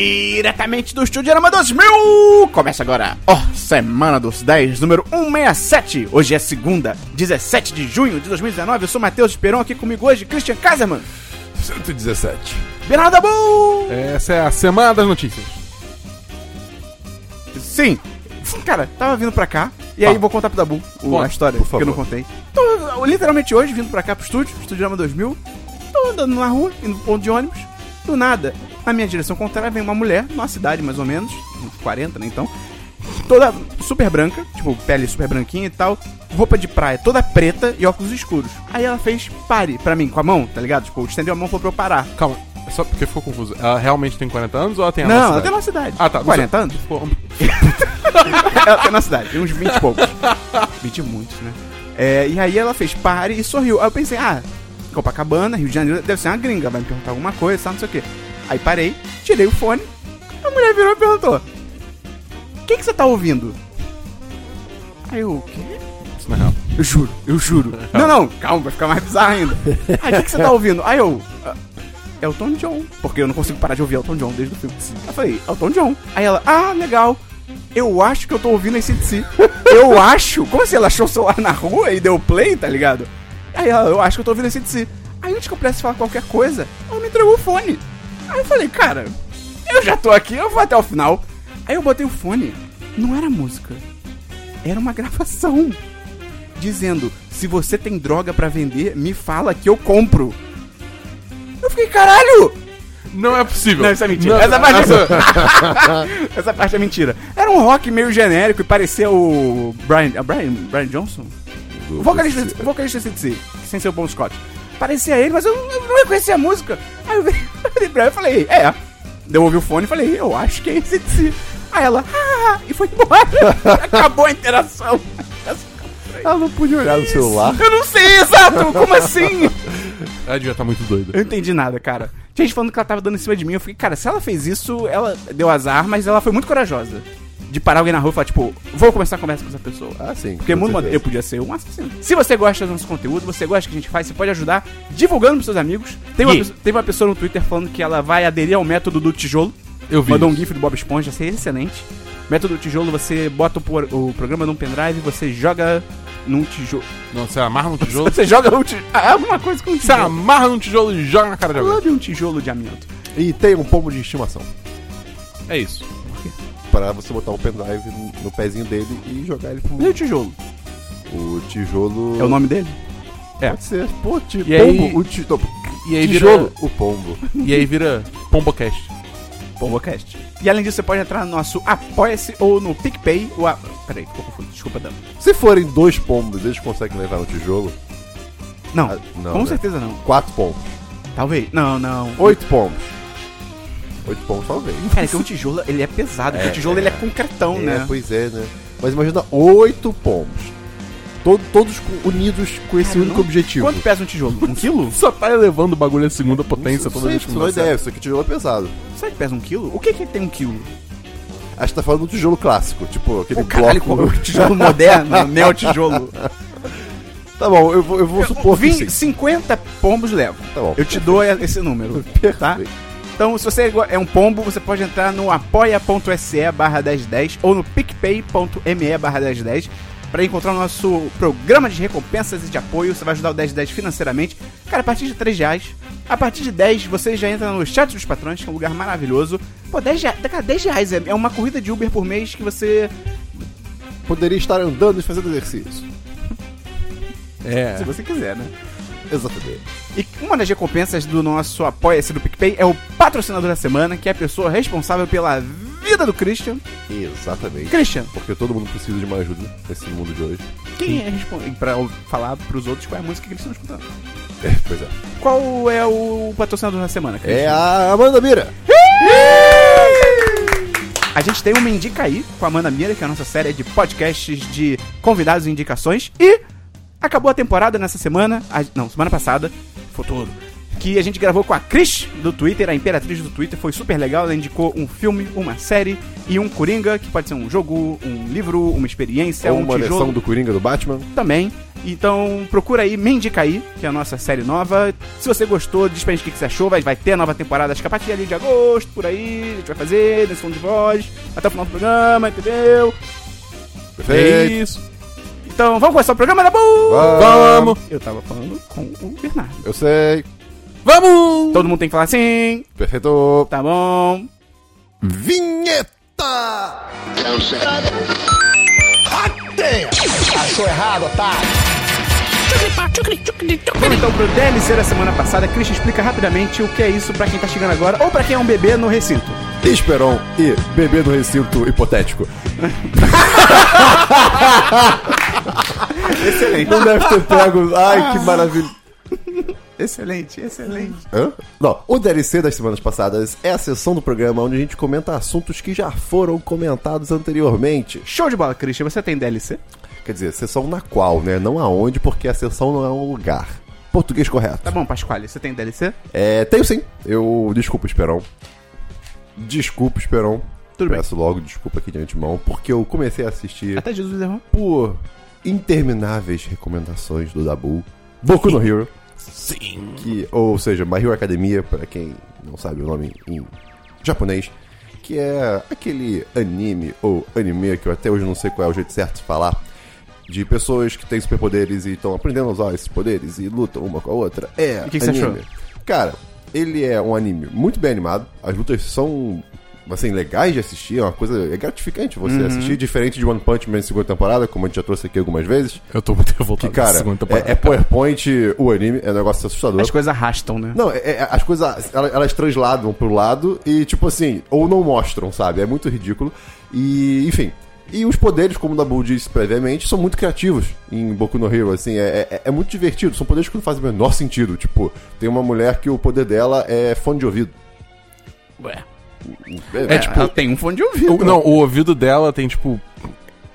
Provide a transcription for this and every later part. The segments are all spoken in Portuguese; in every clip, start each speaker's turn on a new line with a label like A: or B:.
A: Diretamente do Estúdio Arama 2000! Começa agora, ó, Semana dos 10, número 167. Hoje é segunda, 17 de junho de 2019. Eu sou Matheus Esperon, aqui comigo hoje, Christian Kaiserman,
B: 117.
A: Bernardo Dabu!
B: Essa é a Semana das Notícias.
A: Sim. Cara, tava vindo pra cá, e aí
B: Ah.
A: vou contar pro Dabu o-
B: Conta,
A: a história
B: por
A: que eu não
B: favor.
A: contei. Tô, literalmente hoje, vindo pra cá pro estúdio, Estúdio Arama 2000, tô andando na rua, indo pro ponto de ônibus, do nada, na minha direção contrária, vem uma mulher, numa cidade mais ou menos, uns 40, né, então, toda super branca, tipo, pele super branquinha e tal, roupa de praia toda preta e óculos escuros. Aí ela fez pare pra mim com a mão, tá ligado? Tipo, estendeu a mão e falou pra eu parar.
B: Calma, é só porque ficou confuso. Ela realmente tem 40 anos ou ela tem a
A: não,
B: nossa
A: ela
B: idade?
A: tem nossa idade.
B: Ah, tá.
A: 40 anos?
B: Ficou-
A: ela tem nossa idade, uns 20 e poucos. 20 e muitos, né? É, e aí ela fez pare e sorriu. Aí eu pensei, ah, Copacabana, Rio de Janeiro, deve ser uma gringa, vai me perguntar alguma coisa, sabe, não sei o quê. Aí parei, tirei o fone, a mulher virou e perguntou: O que, que você tá ouvindo? Aí eu, o quê?
B: Isso não é real.
A: Eu juro, eu juro. não, não, calma, vai ficar mais bizarro ainda. Aí o que, que você tá ouvindo? Aí eu. "Ah, Elton John. Porque eu não consigo parar de ouvir Elton John desde o filme. Eu falei, Elton John. Aí ela, ah, legal. Eu acho que eu tô ouvindo esse DC. Eu acho. Como assim? Ela achou o celular na rua e deu play, tá ligado? Aí ela, eu acho que eu tô ouvindo esse DC. Aí antes que eu pudesse falar qualquer coisa, ela me entregou o fone. Aí eu falei, cara, eu já tô aqui, eu vou até o final. Aí eu botei o fone. Não era música. Era uma gravação dizendo: se você tem droga pra vender, me fala que eu compro. Eu fiquei, caralho!
B: Não é possível.
A: Não, isso é mentira.
B: Não,
A: Essa parte é
B: essa-
A: Essa parte é mentira. Era um rock meio genérico e parecia o Brian. é Brian, Brian Johnson? O vocalista, o vocalista do CDC, sem ser o Bon Scott. Parecia ele, mas eu, eu não reconhecia a música. Aí eu virei- eu virei pra ela e falei, é. Eu ouvi o fone e falei, eu acho que é esse CDC. Aí ela, ah, e foi embora. Acabou a interação.
C: Ela Ah, não podia olhar no celular.
A: Eu não sei exato, como assim?
B: Ela devia estar tá muito doida.
A: Eu não entendi nada, cara. Tinha gente falando que ela tava dando em cima de mim. Eu fiquei, cara, se ela fez isso, ela deu azar, mas ela foi muito corajosa. De parar alguém na rua e falar, tipo, vou começar a conversa com essa pessoa.
C: Ah, sim.
A: Porque é
C: com
A: muito moderno.
C: certeza.
A: Eu podia ser um assassino. Se você gosta do nosso conteúdo, você gosta do que a gente faz, você pode ajudar divulgando pros seus amigos. Tem uma,
B: Gui.
A: pessoa, teve uma pessoa no Twitter falando que ela vai aderir ao método do tijolo.
B: Eu vi.
A: Mandou um
B: isso.
A: GIF do Bob Esponja, seria excelente. Método do tijolo, você bota o, por- o programa num pendrive, você joga num tijolo.
B: Não, você é amarra num tijolo.
A: Você joga um tijolo. Alguma coisa com
B: você
A: tijolo.
B: amarra num tijolo e joga na cara de alguém.
A: Sabe um tijolo de amianto.
C: E tem um pombo de estimação.
B: É isso.
C: Pra você botar um pendrive no- no pezinho dele e jogar ele pro
A: E o
C: mundo.
A: tijolo?
C: O tijolo.
A: É o nome dele?
C: Pode ser. Pô, ti...
B: E
C: pombo.
B: aí-
C: O ti... não,
B: E aí
C: tijolo. O pombo.
B: vira. E aí vira Pombocast.
A: Pombocast. E além disso, você pode entrar no nosso Apoia-se ou no PicPay. Ou a... Peraí, ficou confuso. Desculpa, Dan.
C: Se forem dois pombos, eles conseguem levar no tijolo?
A: Não,
C: Ah, não,
A: com
C: né?
A: certeza não.
C: Quatro pombos.
A: Talvez. Não, não.
C: Oito pombos. Oito pombos, talvez.
A: Cara, é que um tijolo, ele é pesado. porque o tijolo, ele é concretão,
C: é,
A: né?
C: Pois é, né? Mas imagina oito pombos. Todo- todos co- unidos com esse
A: Cara,
C: único
A: não-
C: objetivo.
A: Quanto pesa um tijolo? Um quilo?
B: Só tá elevando o bagulho à segunda potência
C: Isso,
B: toda vez que
C: não
B: dá certo.
C: ideia, isso aqui tijolo é pesado.
A: Será que pesa um quilo? O que que tem um quilo?
C: Acho que tá falando do tijolo clássico, tipo aquele
A: O caralho, como é
C: bloco.
A: um tijolo moderno, neo tijolo.
C: Tá bom, eu vou, eu vou supor que
A: Vim,
C: sim.
A: 50 pombos levam.
C: Tá bom.
A: Eu te dou esse número, tá?
C: Perfeito.
A: Então, se você é igual- é um pombo, você pode entrar no apoia.se barra 1010 ou no picpay.me barra 1010 para encontrar o nosso programa de recompensas e de apoio. Você vai ajudar o 1010 financeiramente. Cara, a partir de 3 reais. A partir de 10, você já entra no chat dos patrões, que é um lugar maravilhoso. Pô, 10 reais, cara, 10 reais é é uma corrida de Uber por mês que você...
C: Poderia estar andando e fazendo exercício. É.
A: Se você quiser, né?
C: Exatamente.
A: E uma das recompensas do nosso apoia-se do PicPay é o patrocinador da semana, que é a pessoa responsável pela vida do Christian.
C: Exatamente.
A: Christian,
C: Porque todo mundo precisa de uma ajuda nesse mundo de hoje.
A: quem é responsável? Pra eu falar pros outros qual é a música que eles estão escutando.
C: É, pois é.
A: Qual é o patrocinador da semana,
C: É a Amanda Mira.
A: A gente tem uma Indica aí com a Amanda Mira, que é a nossa série de podcasts de convidados e indicações. E acabou a temporada nessa semana. a- não, semana passada. Futuro. que a gente gravou com a Cris do Twitter, a imperatriz do Twitter, foi super legal. Ela indicou um filme, uma série e um Coringa, que pode ser um jogo, um livro, uma experiência,
C: Ou
A: um
C: uma
A: tijolo
C: versão do Coringa do Batman.
A: também. Então procura aí Mendicaí, que é a nossa série nova. Se você gostou, diz pra gente o que que você achou. Vai, vai ter a nova temporada, acho que a partir ali de agosto, por aí. A gente vai fazer, nesse tom de voz, até o final do programa, entendeu?
B: É
C: Perfeito.
B: isso.
A: Então vamos começar o programa, da boa!
B: Vamos!
A: Eu tava falando com o Bernardo.
C: Eu sei.
B: Vamos!
A: Todo mundo tem que falar assim,
C: Perfeito.
A: tá bom?
C: Vinheta!
A: Vamos então pro DLC da semana passada. Christian explica rapidamente o que é isso pra quem tá chegando agora ou pra quem é um bebê no recinto.
C: Esperon e bebê no recinto hipotético.
A: Excelente,
C: Não deve ter pego. Ai, que maravilha.
A: excelente, excelente.
C: Hã? Não, o DLC das semanas passadas é a sessão do programa onde a gente comenta assuntos que já foram comentados anteriormente.
A: Show de bola, Christian. Você tem DLC?
C: Quer dizer, sessão na qual, né? Não aonde, porque a sessão não é um lugar. Português correto.
A: Tá bom, Pasquale, você tem DLC?
C: É, tenho sim. Eu. Desculpa, Esperon. Desculpa, Esperon.
A: Tudo bem.
C: Peço logo desculpa aqui de antemão, porque eu comecei a assistir
A: Até Jesus errou.
C: por intermináveis recomendações do Dabu. Boku no Hero.
B: Sim.
C: que, ou seja, My Hero Academia, para quem não sabe o nome em japonês, que é aquele anime ou anime que eu até hoje não sei qual é o jeito certo de falar, de pessoas que têm superpoderes e estão aprendendo a usar esses poderes e lutam uma com a outra. É,
A: E o que que você
C: anime.
A: achou?
C: Cara, ele é um anime muito bem animado, as lutas são assim, legais de assistir, é uma coisa é gratificante você
A: Uhum.
C: assistir, diferente de One Punch Man segunda temporada, como a gente já trouxe aqui algumas vezes.
B: Eu tô muito revoltado.
C: Que,
B: com
C: cara,
B: essa segunda temporada.
C: é, é PowerPoint o anime, é um negócio assustador.
A: As coisas arrastam, né?
C: Não, é- é- as coisas, elas, elas transladam pro lado e, tipo assim, ou não mostram, sabe? É muito ridículo. E, enfim. E os poderes, como o Dabu disse previamente, são muito criativos em Boku no Hero, assim, é, é- é muito divertido. São poderes que não fazem o menor sentido. Tipo, tem uma mulher que o poder dela é fone de ouvido.
A: Ué.
C: É,
A: tipo, ela tem um fone de ouvido.
B: O- não, o ouvido dela tem, tipo,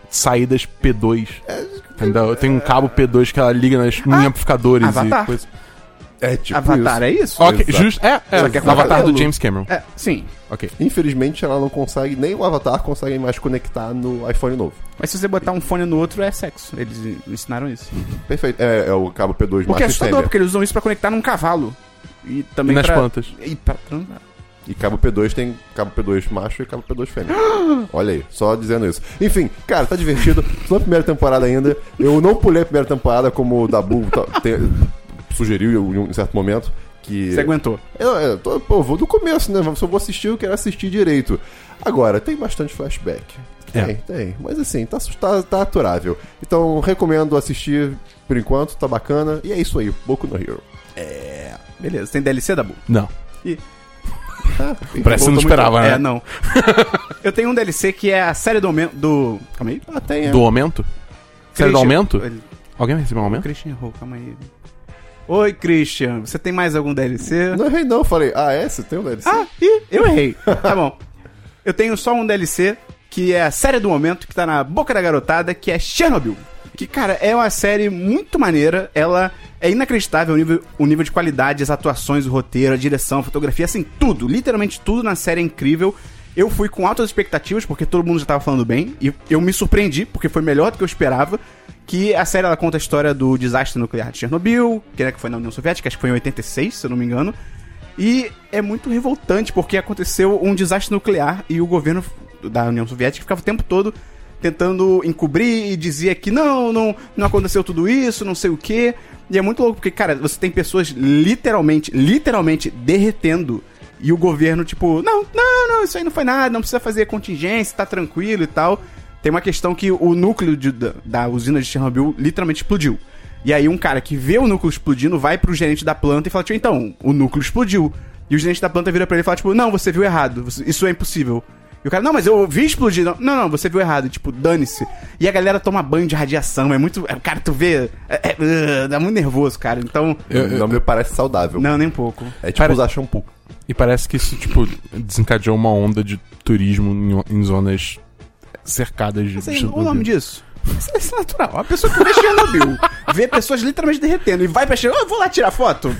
B: saídas P2.
A: É,
B: Entendeu? Tem um cabo P2 que ela liga nas, em amplificadores
A: Ah, Avatar.
B: e coisas.
C: é tipo
A: Avatar,
C: isso.
A: é isso?
B: Ok,
C: Exato.
B: justo. É, é,
A: Só que é com
B: o Avatar
A: cabelo.
B: do James Cameron.
A: É, sim.
B: Ok.
C: Infelizmente, ela não consegue, nem o Avatar consegue mais conectar no iPhone novo.
A: Mas se você botar um fone no outro, é sexo. Eles ensinaram isso.
C: Perfeito. É, é o cabo
A: Porque
C: P2
A: é
C: macho e
A: assustador,
C: fêmea.
A: porque eles usam isso pra conectar num cavalo. E também
B: E nas
A: pra...
B: plantas.
A: E pra transar.
C: E cabo P2 tem cabo P2 macho e cabo P2 fêmea. Olha aí, só dizendo isso. Enfim, cara, tá divertido. Tô na primeira temporada ainda. Eu não pulei a primeira temporada como o Dabu tá- te- sugeriu em um certo momento. Que
A: Você aguentou.
C: eu, eu tô- pô, vou do começo, né? Se eu vou assistir, eu quero assistir direito. Agora, tem bastante flashback. Tem,
B: É.
C: tem. Mas assim, tá, assu- tá, tá aturável. Então, recomendo assistir por enquanto, tá bacana. E é isso aí, Boku no Hero.
B: É,
A: Beleza, tem DLC, Dabu?
B: Não.
C: Ah,
B: Parece que não
C: voltou
B: esperava,
A: É,
B: né?
A: não. eu tenho um DLC que é a série do aumento do... Calma aí.
C: muito- Ah, tem, é.
B: Do aumento? Série do
A: Christian-
B: aumento?
A: Ele-
B: Alguém recebeu um
A: O
B: aumento?
A: Christian errou, calma aí. Oi, Christian. Você tem mais algum DLC?
C: Não errei não, falei, ah, é? Você tem um DLC?
A: Ah, ih, eu errei. tá bom. Eu tenho só um DLC, que é a série do momento, que tá na boca da garotada, que é Chernobyl. Que, cara, é uma série muito maneira. Ela é inacreditável o nível, o nível de qualidade, as atuações, o roteiro, a direção, a fotografia, assim, tudo. Literalmente tudo na série é incrível. Eu fui com altas expectativas, porque todo mundo já tava falando bem. E eu me surpreendi, porque foi melhor do que eu esperava. Que a série ela conta a história do desastre nuclear de Chernobyl, que, né, que foi na União Soviética, acho que foi em 86, se eu não me engano. E é muito revoltante porque aconteceu um desastre nuclear e o governo da União Soviética ficava o tempo todo tentando encobrir e dizia que não, não, não aconteceu tudo isso, não sei o quê. E é muito louco porque, cara, você tem pessoas literalmente, literalmente derretendo e o governo tipo, não, não, não, isso aí não foi nada, não precisa fazer contingência, tá tranquilo e tal. Tem uma questão que o núcleo de- da, da usina de Chernobyl literalmente explodiu. E aí um cara que vê o núcleo explodindo vai pro gerente da planta e fala, tipo, então, o núcleo explodiu. E o gerente da planta vira pra ele e fala, tipo, não, você viu errado, você- isso é impossível. E o cara, não, mas eu vi explodir. Não, não, não, você viu errado. Tipo, dane-se. E a galera toma banho de radiação. É muito. é, Cara, tu vê. É, é, uh, dá muito nervoso, cara. Então.
B: Eu- eu-
C: Não me parece saudável.
A: Não, nem um pouco.
C: É tipo
B: Para-
C: usar shampoo.
B: E parece que isso, tipo, desencadeou uma onda de turismo em, em zonas cercadas de...
A: Mas aí, o nome disso? Isso é natural. A "Ah, pessoa que vê Chernobyl, vê pessoas literalmente derretendo e vai pra Chernobyl, eu vou lá tirar foto.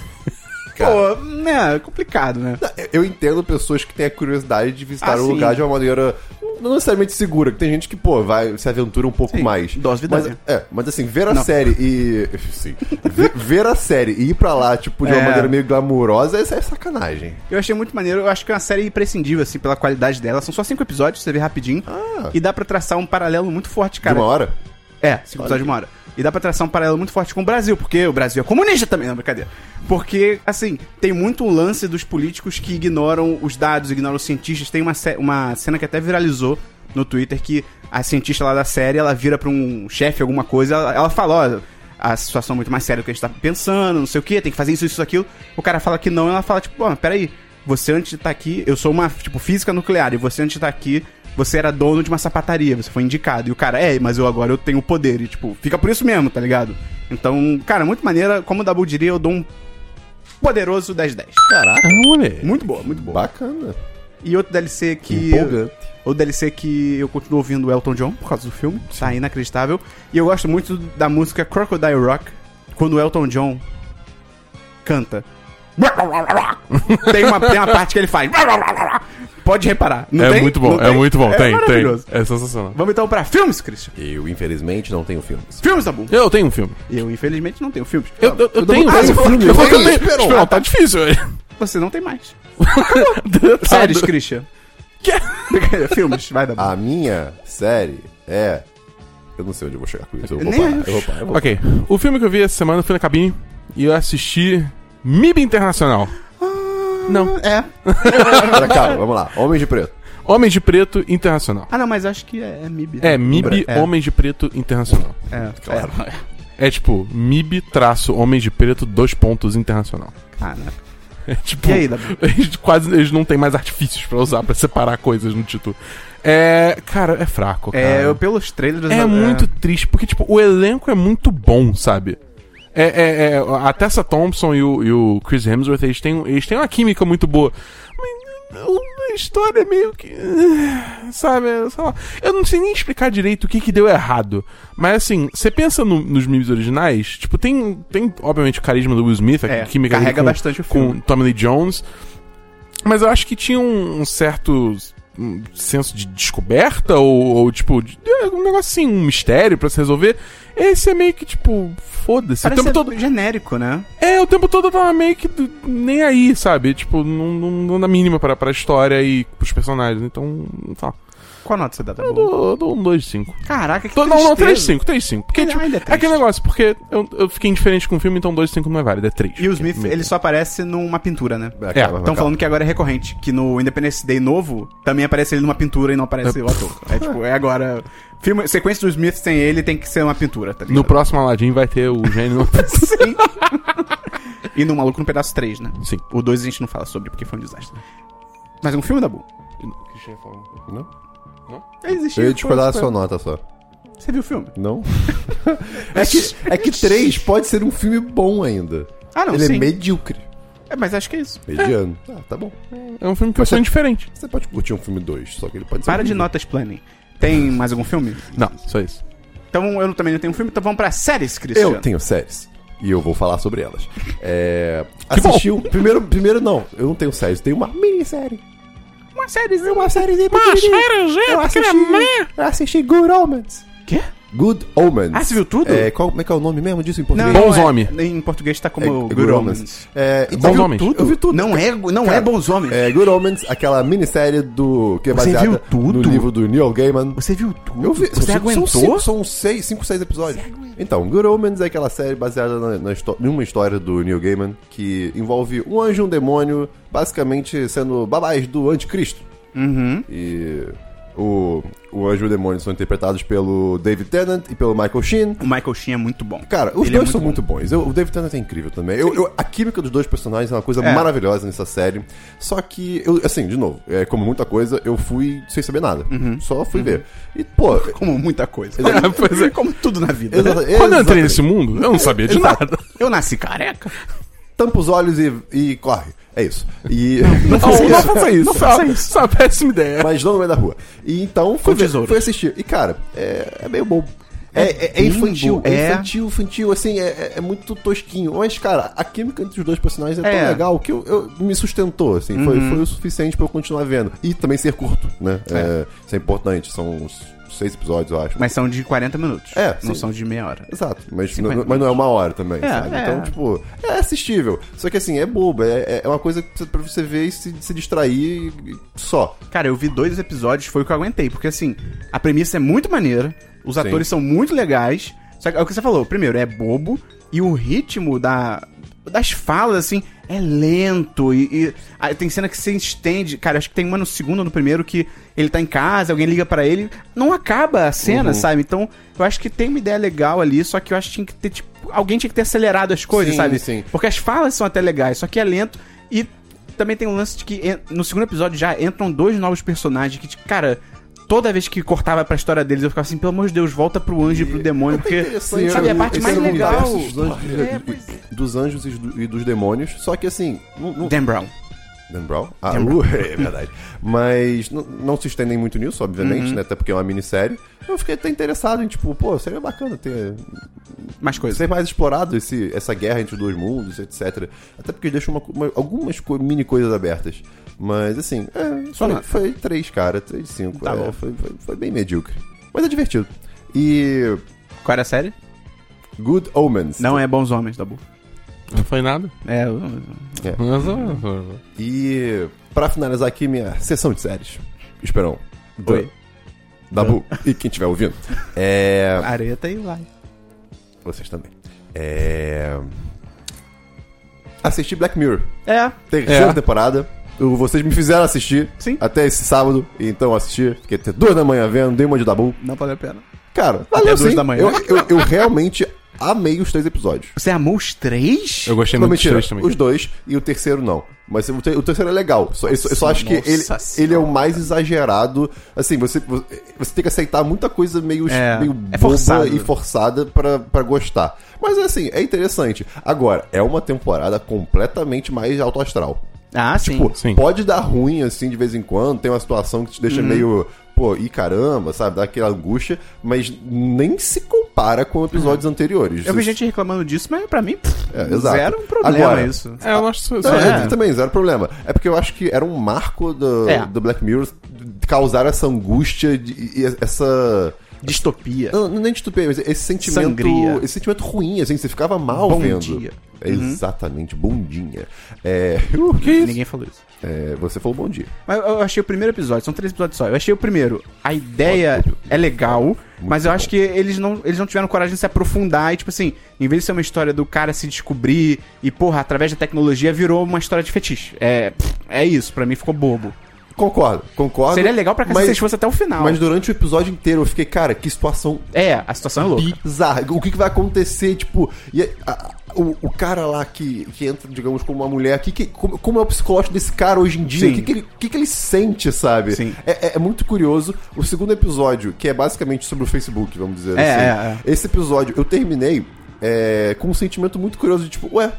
C: cara.
A: Pô, né? É complicado, né?
C: Eu entendo pessoas que têm a curiosidade de visitar
A: Ah,
C: um
A: sim.
C: lugar de uma maneira não necessariamente segura, que tem gente que, pô, vai se aventura um pouco
A: Sim,
C: mais.
A: dose de
C: mas,
A: dose.
C: É, mas assim, ver a
A: Não.
C: série e. Sim. Ver, ver a série e ir pra lá, tipo, de uma
A: É.
C: maneira meio glamourosa, isso é sacanagem.
A: Eu achei muito maneiro. Eu acho que é uma série imprescindível, assim, pela qualidade dela. São só cinco episódios, você vê rapidinho.
C: Ah.
A: E dá pra traçar um paralelo muito forte, cara.
C: de uma hora?
A: É, cinco episódios de uma hora. E dá pra traçar um paralelo muito forte com o Brasil, porque o Brasil é comunista também, não, brincadeira. Porque, assim, tem muito um lance dos políticos que ignoram os dados, ignoram os cientistas. Tem uma, ce- uma cena que até viralizou no Twitter que a cientista lá da série, ela vira pra um chefe, alguma coisa, ela, ela fala, ó, a situação é muito mais séria do que a gente tá pensando, não sei o que, tem que fazer isso, isso, aquilo. O cara fala que não, ela fala, tipo, pô, mas peraí, você antes de estar aqui, eu sou uma, tipo, física nuclear, e você antes de estar aqui, você era dono de uma sapataria, você foi indicado. E o cara, é, mas eu agora eu tenho poder, e tipo, fica por isso mesmo, tá ligado? Então, cara, muito maneira, como o Dabu diria, eu dou um poderoso 10-10.
C: Caraca.
B: moleque.
A: Muito boa, muito boa.
C: Bacana.
A: E outro DLC que...
C: Empolgante.
A: O DLC que eu continuo ouvindo o Elton John por causa do filme, tá inacreditável. E eu gosto muito da música Crocodile Rock, quando o Elton John canta. Tem uma, tem uma parte que ele faz. Pode reparar. Não
B: É
A: tem?
B: muito bom,
A: Não
B: é
A: tem?
B: muito bom.
A: É
B: tem, tem.
A: maravilhoso.
B: É sensacional.
A: Vamos então pra filmes, Christian.
C: Eu, infelizmente, não tenho filmes.
A: Filmes, Dabu.
B: Eu tenho um filme.
A: Eu, infelizmente, não tenho filmes.
B: Eu, eu, eu tenho um
C: Ah, você falou que
B: Eu falei que eu
C: tem,
B: tenho.
C: Esperon.
B: Esperon, tá difícil, velho.
A: Você não tem mais.
B: Tá
A: Séries,
B: do-
A: Christian.
B: Que-
A: filmes, vai, Dabu.
C: A minha série é. Eu não sei onde eu vou chegar com isso. Eu vou
A: Nem
C: parar.
A: eu.
C: Eu vou parar. Eu vou
B: Ok. O filme que eu vi essa semana foi na cabine e eu assisti MIB Internacional. Não.
A: É.
C: parar. Calma, vamos lá. Homem de Preto.
B: Homens de Preto Internacional.
A: Ah, não, mas acho que é, é MIB.
B: É, MIB
A: É.
B: Homens de Preto Internacional.
A: É,
C: Claro.
B: É tipo, MIB traço Homens de Preto, dois pontos internacional.
A: Ah, né?
B: É tipo.
A: E aí, né? Dabu?
B: Eles quase eles não têm mais artifícios pra usar pra separar coisas no título. É. Cara, é fraco, cara.
A: É, eu, pelos trailers...
B: É
A: eu-
B: muito triste, porque, tipo, o elenco é muito bom, sabe? É, é, é, a Tessa Thompson e o, e o Chris Hemsworth, eles têm, eles têm uma química muito boa. Mas a história é meio que. eh, Sabe? sei lá. Eu não sei nem explicar direito o que, que deu errado. Mas assim, você pensa no- nos memes originais, tipo, tem, tem obviamente o carisma do Will Smith, a
A: É,
B: química dele
A: carrega
B: com,
A: bastante o filme.
B: com Tommy Lee Jones. Mas eu acho que tinha um, um certo um senso de descoberta ou, ou, tipo, de- é, um negócio assim, um mistério pra se resolver. Esse é meio que tipo, foda-se. O
A: Parece
B: tempo
A: ser
B: todo.
A: genérico, né?
B: É, o tempo todo eu tava meio que do- nem aí, sabe? Tipo, não, não, não na mínima pra, pra história e pros personagens. Então, tá.
A: Qual nota você dá, tá
B: Eu dou, eu dou um 2 de 5.
A: Caraca, que
B: Não, não, 3 de
A: tristeza.
B: 5, 3 de 5. Porque,
A: Ainda-
B: tipo,
A: ainda é
B: é,
A: triste.
B: aquele negócio, porque eu, eu fiquei indiferente com o filme, então 2 de 5 não é válido, é 3.
A: E o Smith, ele só aparece numa pintura, né?
C: É,
A: Estão falando que agora é recorrente, que no Independence Day novo também aparece ele numa pintura e não aparece o ator. É tipo, é agora. Filme, sequência do Smith sem ele tem que ser uma pintura, tá
B: No
A: ligado?
B: próximo Aladdin vai ter o gênio.
A: Sim. e no Maluco no Pedaço 3, né?
B: Sim.
A: O 2 a gente não fala sobre porque foi um desastre. Mas é um filme da boa.
C: Não?
A: Existe. um
C: Eu ia discordar da sua nota só.
A: Você viu o filme?
C: Não? é, que, é que 3 pode ser um filme bom ainda.
A: Ah, não,
C: Ele
A: sim.
C: é medíocre.
A: É, mas acho que é isso.
C: Mediano. Ah, tá bom.
B: É um filme que eu sou indiferente.
C: Você pode curtir um filme 2, só que ele pode ser.
A: Para de notas planning. Tem mais algum filme?
B: Não, só isso.
A: Então eu também não tenho filme, então vamos pra séries, Cristiano.
C: Eu tenho séries. E eu vou falar sobre elas. É.
B: Que bom.
C: Assistiu. Primeiro, primeiro, não. Eu não tenho séries. Eu tenho uma minissérie.
A: Uma série,
C: É uma sériezinha pequenininha. Eu assisti, eu assisti Good Omens.
A: Quê?
C: Good Omens.
A: Ah, você viu tudo?
C: É, qual, como é que é o nome mesmo disso em português?
B: Bons
A: é-
B: Homens.
A: em português tá como
C: É,
A: Good,
C: Good
A: Omens.
C: Omens. É, então,
B: Bons
C: eu vi
B: Homens.
C: tudo, Eu vi tudo.
A: Não é, não
C: Cara,
A: é Bons Homens.
C: É, Good Omens, aquela minissérie do que é
A: Você
C: baseada
A: viu tudo?
C: no livro do Neil Gaiman.
A: Você viu tudo?
C: Eu vi,
A: Você
C: são-
A: aguentou?
C: São, cinco, são seis, cinco, seis episódios. Então, Good Omens é aquela série baseada na, na histó- numa história do Neil Gaiman que envolve um anjo e um demônio, basicamente sendo babás do anticristo.
A: Uhum.
C: E o, o anjo e o demônio são interpretados pelo David Tennant e pelo Michael Sheen.
A: O Michael Sheen é muito bom.
C: Cara, os
A: Ele é
C: dois são
A: bom.
C: muito bons. Eu- o David Tennant é incrível também. Eu, eu- a química dos dois personagens é uma coisa
A: É.
C: maravilhosa nessa série. Só que, eu- assim, de novo, é, como muita coisa, eu fui sem saber nada. Só fui ver. E, pô.
A: Como muita coisa.
C: Exato.
A: pois é, como tudo na vida. né?
C: exata-
B: Quando eu entrei
C: exatamente.
B: nesse mundo, eu não sabia de
C: Exato.
B: nada.
A: Eu nasci careca.
C: Tampa os olhos e, e corre. É isso. E.
B: Não, faça isso. Não
A: faça
B: faça isso. Isso é uma péssima ideia.
C: Mas não no meio da rua. E então fui,
A: Com
C: ver-
A: tesouros.
C: fui assistir. E, cara, é, é meio bom. É, é- é
A: Bimbo,
C: infantil,
A: é.
C: é infantil, infantil, assim, é, é- é muito tosquinho. Mas, cara, a química entre os dois personagens é,
A: É. Uhum.
C: tão legal que eu, eu- me sustentou, assim, foi, foi o suficiente pra eu continuar vendo. E também ser curto, né? É, isso é importante, são uns seis episódios, eu acho.
A: Mas são de 40 minutos.
C: É,
A: Não
C: sim.
A: são de meia hora.
C: Exato, mas,
A: 50
C: não- mas não é uma hora também,
A: É,
C: sabe?
A: é.
C: Então, tipo, é assistível. Só que assim, é bobo, é, é uma coisa que você- pra você ver e se, se distrair e- só.
A: Cara, eu vi dois episódios, foi o que eu aguentei, porque assim, a premissa é muito maneira, os atores são muito legais. Só que é o que você falou, primeiro, é bobo, e o ritmo da, das falas, assim, é lento. E, e- ah, tem cena que se estende. Cara, acho que tem uma no segundo ou no primeiro que ele tá em casa, alguém liga pra ele. Não acaba a cena,
C: Uhum.
A: sabe? Então, eu acho que tem uma ideia legal ali, só que eu acho que tinha que ter, tipo, alguém tinha que ter acelerado as coisas,
C: Sim,
A: sabe?
C: sim.
A: Porque as falas são até legais, só que é lento. E também tem um lance de que en- no segundo episódio já entram dois novos personagens que, cara, toda vez que cortava pra história deles, eu ficava assim, pelo amor de Deus, volta pro anjo e pro demônio, porque.
C: Sim,
A: sabe,
C: eu-
A: a parte
C: esse
A: mais
C: era o
A: legal.
C: universo Dos anjos,
A: É, pois
C: dos anjos e, do- e dos demônios. Só que assim. Não, não-
A: Dan Brown.
C: Dan Brown? Ah,
A: Dan Brown.
C: uh, é verdade. Mas n- não se estendem muito nisso, obviamente,
A: Uhum.
C: né? Até porque é uma minissérie. Eu fiquei até interessado em, tipo, pô, seria bacana ter
A: Mais coisa.
C: ser mais explorado esse, essa guerra entre os dois mundos, etc. Até porque deixa uma, uma- algumas co- mini coisas abertas. Mas assim, é,
A: Só
C: foi,
A: nada.
C: foi 3, cara, 3, 5.
A: Tá bom.
C: foi, foi- foi bem medíocre. Mas é divertido. E.
A: Qual era a série?
C: Good Omens.
A: Não é Bons Homens, Dabu.
B: Não foi nada.
A: É.
B: Mas, ah,
C: E pra finalizar aqui minha sessão de séries. Esperão. Dan,
A: Oi.
C: Dabu. E quem estiver ouvindo. É.
A: Areta e Lai.
C: Vocês também. É. Assisti Black Mirror.
A: É.
C: Terceira
B: É.
C: temporada. O- Vocês me fizeram assistir
A: Sim.
C: até esse sábado, então eu assisti. Fiquei até duas da manhã vendo, dei uma de Dabu.
A: Não valeu a pena.
C: Cara, valeu
A: duas
C: sim.
A: da manhã.
C: Eu, eu- eu realmente amei os três episódios.
A: Você amou os três?
B: eu gostei
C: Não,
B: muito dos
C: mentira,
B: três também.
C: os dois e o terceiro não. Mas o, te- o terceiro é legal. Só, eu, só- eu só acho que
A: Nossa
C: ele,
A: senhora.
C: ele é o mais exagerado. Assim, você, você tem que aceitar muita coisa meio,
A: É,
C: meio
A: é
C: boba
A: forçado.
C: e forçada pra, pra gostar. Mas assim, é interessante. Agora, é uma temporada completamente mais alto astral.
A: Ah, sim.
C: Pô,
B: Sim.
C: pode dar ruim, assim, de vez em quando. Tem uma situação que te deixa
A: Uhum.
C: meio. Pô, e caramba, sabe? Dá aquela angústia, mas nem se compara com episódios anteriores.
A: Uhum. eu vi
C: Isso-
A: gente reclamando disso, mas pra mim, pff,
C: É, exato.
A: zero um problema
C: Agora,
A: isso.
B: É, eu acho
C: Não,
A: É.
C: é, também, zero problema. É porque eu acho que era um marco do,
A: É.
C: do Black Mirror causar essa angústia de- e e essa.
A: Distopia.
C: Não, não nem titubeio, mas esse sentimento.
A: Sangria. Uhum.
C: Esse sentimento ruim, assim, que você ficava mal
A: Bondinha.
C: vendo. É, Exatamente, bondinha. É,
B: que isso?
A: Ninguém falou isso.
C: é, você falou bom dia.
A: Mas eu achei o primeiro episódio, são três episódios só. Eu achei o primeiro. A ideia é legal, mas eu acho que eles não, eles não tiveram coragem de se aprofundar. E, tipo assim, em vez de ser uma história do cara se descobrir e, porra, através da tecnologia virou uma história de fetiche. É, pff, é isso, pra mim ficou bobo.
C: Concordo, concordo.
A: Seria legal pra cá se
C: mas-
A: vocês fossem até o final.
C: Mas durante o episódio inteiro eu fiquei, cara, que situação
A: É, a situação é louca.
C: bizarra. O que, que vai acontecer? Tipo, e a- a- o, o cara lá que, que entra, digamos, como uma mulher, que, que- como, como é o psicológico desse cara hoje em dia?
A: Sim.
C: O que, que, ele, o que, que ele sente, sabe?
A: Sim.
C: É, é- é muito curioso. O segundo episódio, que é basicamente sobre o Facebook, vamos dizer
A: É,
C: assim. Esse episódio eu terminei é, com um sentimento muito curioso de tipo, ué.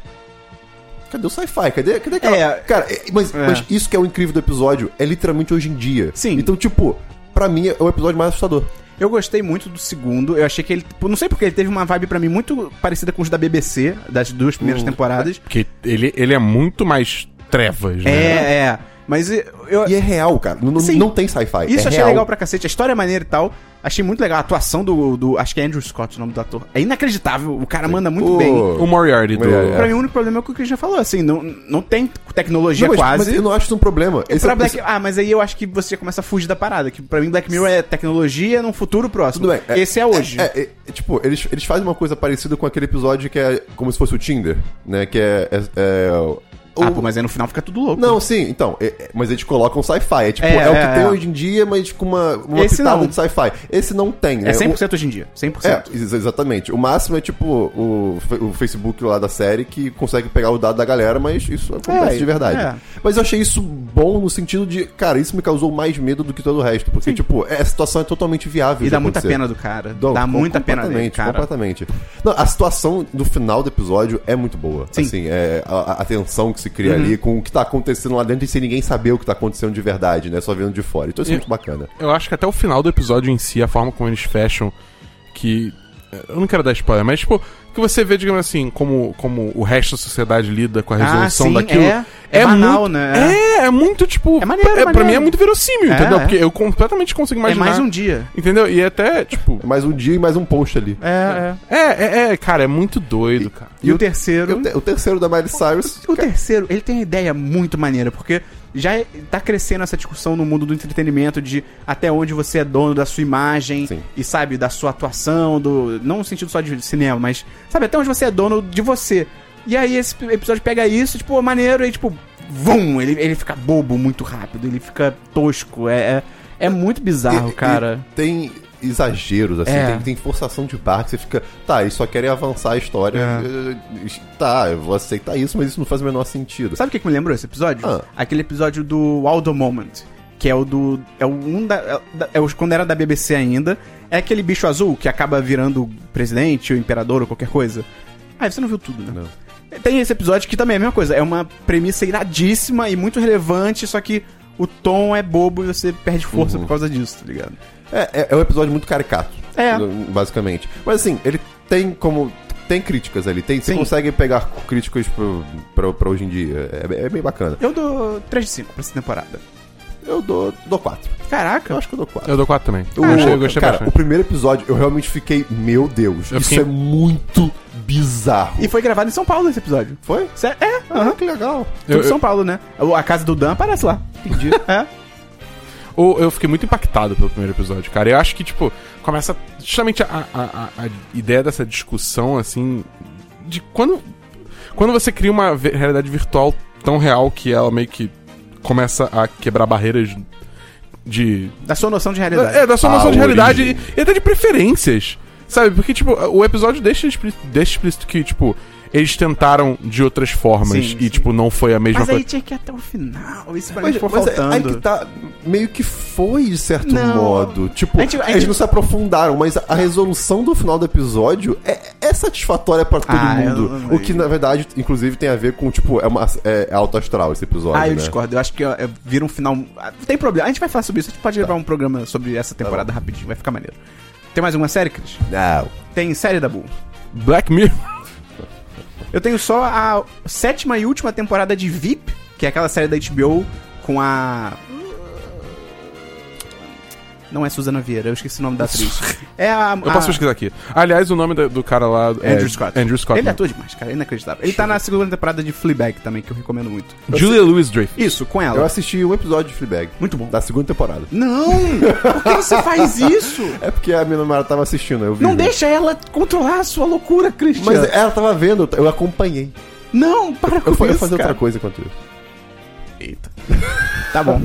C: Cadê o sci-fi? Cadê, cadê aquela.
A: É.
C: Cara, é- mas,
A: É.
C: mas isso que é o incrível do episódio é literalmente hoje em dia.
A: Sim.
C: Então, tipo, pra mim é o episódio mais assustador.
A: Eu gostei muito do segundo. Eu achei que ele. tipo, Não sei porque ele teve uma vibe pra mim muito parecida com os da BBC, das duas
C: Hum.
A: primeiras temporadas.
B: Porque ele, ele é muito mais trevas,
A: É,
B: né?
A: é. Mas eu. eu-
C: E é real, cara. Não, não-
A: Sim.
C: não tem sci-fi.
A: Isso eu
C: é
A: achei
C: real.
A: legal pra cacete. A história é maneira e tal. Achei muito legal. A atuação do. do- acho que é Andrew Scott o nome do ator. É inacreditável. O cara manda muito
C: O-
A: bem.
B: O Moriarty do...
C: É, é.
A: Pra mim, o único problema é o que o Christian falou. Assim, não, não tem tecnologia
C: Não, mas, mas
A: quase.
C: eu não acho isso um problema. Esse,
A: pra
C: é-
A: Black...
C: esse-
A: Ah, mas aí eu acho que você começa a fugir da parada. Que pra mim, Black Mirror é tecnologia num futuro próximo.
C: tudo bem.
A: Esse é hoje.
C: É, é, é, tipo, eles, eles fazem uma coisa parecida com aquele episódio que é como se fosse o Tinder, né? Que é. é, é o-
A: Ah,
C: o-
A: pô, mas aí no final fica tudo louco.
C: Não, sim, então. é- é, mas eles colocam sci-fi. É tipo,
A: É,
C: é, o que
A: é,
C: tem
A: é.
C: hoje em dia, mas com uma, uma
A: Esse
C: pitada
A: não.
C: de sci-fi. Esse não tem, né?
A: É
C: O-
A: 100% hoje em dia. 100%.
C: É, ex- exatamente. O máximo é tipo o, fe- o Facebook lá da série que consegue pegar o dado da galera, mas isso acontece
A: É,
C: de verdade.
A: é.
C: Mas eu achei isso bom no sentido de, cara, isso me causou mais medo do que todo o resto, porque, tipo, é, a situação é totalmente viável.
A: E
C: de
A: dá muita
C: acontecer.
A: pena do cara.
C: Dom,
A: dá
C: com-
A: muita pena dele,
C: completamente,
A: cara.
C: Completamente. Não, a situação do final do episódio é muito boa.
A: Sim. Uhum.
C: Assim, é, a, a tensão que se cria ali com o que tá acontecendo lá dentro e sem ninguém saber o que tá acontecendo de verdade, né? Só vendo de fora. Então isso é
B: E-
C: muito bacana.
B: Eu acho que até o final do episódio em si, a forma como eles fecham, que Eu não quero dar spoiler, mas tipo, que você vê, digamos assim, como, como o resto da sociedade lida com a resolução
A: Ah, sim,
B: daquilo.
A: é. É banal, né?
B: É, é muito, tipo.
A: É maneiro, é
B: pra- Pra mim é
A: maneiro.
B: muito verossímil,
A: É,
B: entendeu?
A: é.
B: Porque eu completamente
A: É
B: consigo imaginar.
A: mais um dia.
B: Entendeu? E até, tipo.
C: Mais um dia e mais um post ali.
A: É, é.
B: É, é, é, cara, é muito doido, cara.
A: E, o terceiro.
C: O, te- o terceiro da Miley Cyrus.
A: O terceiro, ele tem uma ideia muito maneira, porque já é- tá crescendo essa discussão no mundo do entretenimento de até onde você é dono da sua imagem
C: Sim.
A: e sabe, da sua atuação, do. Não no sentido só de cinema, mas. Sabe, até onde você é dono de você. E aí esse p- episódio pega isso, tipo, é maneiro, e tipo, vum! Ele, ele fica bobo muito rápido, ele fica tosco. É, é, é muito bizarro,
C: E- e
A: cara.
C: tem exageros, assim,
A: É.
C: tem, tem forçação de barra que você fica. Tá, eles só querem avançar a história.
B: É.
C: Eh, Tá, eu vou aceitar isso, mas isso não faz o menor sentido.
A: Sabe o que, que me lembrou esse episódio?
C: Ah.
A: Aquele episódio do Aldo Moment. Que é o do. É o um da. É, o da- é os- quando era da BBC ainda. É aquele bicho azul que acaba virando presidente ou imperador ou qualquer coisa. Ah, você não viu tudo, né? Tem esse episódio que também é a mesma coisa. É uma premissa iradíssima e muito relevante, só que o tom é bobo e você perde força
C: Uhum.
A: por causa disso, tá ligado?
C: É, é, é um episódio muito caricato. eh,
A: É.
C: Basicamente. Mas assim, ele tem como. Tem críticas ali. Tem, você
A: Sim.
C: consegue pegar críticas pro- pra, pra hoje em dia. É, é bem bacana.
A: Eu dou 3 de 5 pra essa temporada.
C: Eu dou, dou quatro.
A: Caraca!
C: Eu acho que eu dou quatro.
B: Eu dou 4 também. Ah, Eu
C: O-
B: gostei, eu gostei
C: cara, o
B: bastante.
C: primeiro episódio eu realmente fiquei, meu Deus,
B: Eu
C: isso
B: fiquei-
C: é muito bizarro.
A: E foi gravado em São Paulo esse episódio.
C: Foi?
A: Cé- É, aham.
C: Ah, que legal.
A: Tudo
B: Eu- eu-
A: São Paulo, né? A casa do Dan aparece lá.
C: Entendi.
A: É.
B: Ou eu fiquei muito impactado pelo primeiro episódio, cara. Eu acho que, tipo, começa justamente a, a, a- a ideia dessa discussão, assim, de quando, quando você cria uma ve- realidade virtual tão real que ela meio que começa a quebrar barreiras de.
A: Da sua noção de realidade.
B: É, da sua
C: A
B: noção de realidade
C: origem.
B: e, e até de preferências, sabe? Porque, tipo, o episódio deixa expli- deixa explícito que, tipo, eles tentaram de outras formas
A: Sim,
B: e,
A: sim.
B: tipo, não foi a mesma
A: Mas
B: coisa.
A: aí tinha que ir até o final. Isso pra mim
C: Mas,
A: ficou
C: mas é-
A: faltando.
C: aí que tá. Meio que foi, de certo
A: Não.
C: modo. Tipo,
A: A gente- a
C: eles
A: gente-
C: não se aprofundaram, mas a resolução do final do episódio é, é satisfatória pra todo
A: Ah, eu
C: mundo.
A: não-
C: O que, na verdade, inclusive tem a ver com, tipo, é, uma, é, é alto astral esse episódio.
A: Ah, eu
C: né?
A: discordo. Eu acho que ó, é, vira um final. Ah, Tem problema. A gente vai falar sobre isso. A gente
B: Tá.
A: pode gravar um programa sobre essa temporada rapidinho. Vai ficar maneiro. Tem mais uma série, Cris?
C: Não.
A: Tem série da Bull.
B: Black Mirror.
A: Eu tenho só a sétima e última temporada de VIP, que é aquela série da HBO com a. Não é Suzana Vieira, eu esqueci o nome da atriz. É a.
B: Eu posso
A: a...
B: pesquisar aqui. Aliás, o nome da- do, cara lá é
A: Andrew Scott.
B: Andrew Scott.
A: Ele
B: né?
A: atua demais, cara, é inacreditável. Ele tá na segunda temporada de Fleabag também, que eu recomendo muito.
B: Hum. Julia Louis Dreyfus.
A: Isso, com
C: Eu
A: ela.
C: assisti um episódio de Fleabag.
A: Muito bom.
C: Da segunda temporada.
A: Não! Por que você faz isso?
C: É porque a minha namorada tava assistindo, eu vi.
A: Não
C: junto.
A: deixa ela controlar a sua loucura, Christian.
C: Uhum. Mas ela tava vendo, eu acompanhei.
A: Não, para com
C: Eu fui
A: isso,
C: fazer
A: cara.
C: outra coisa enquanto isso.
A: Eita. Tá bom.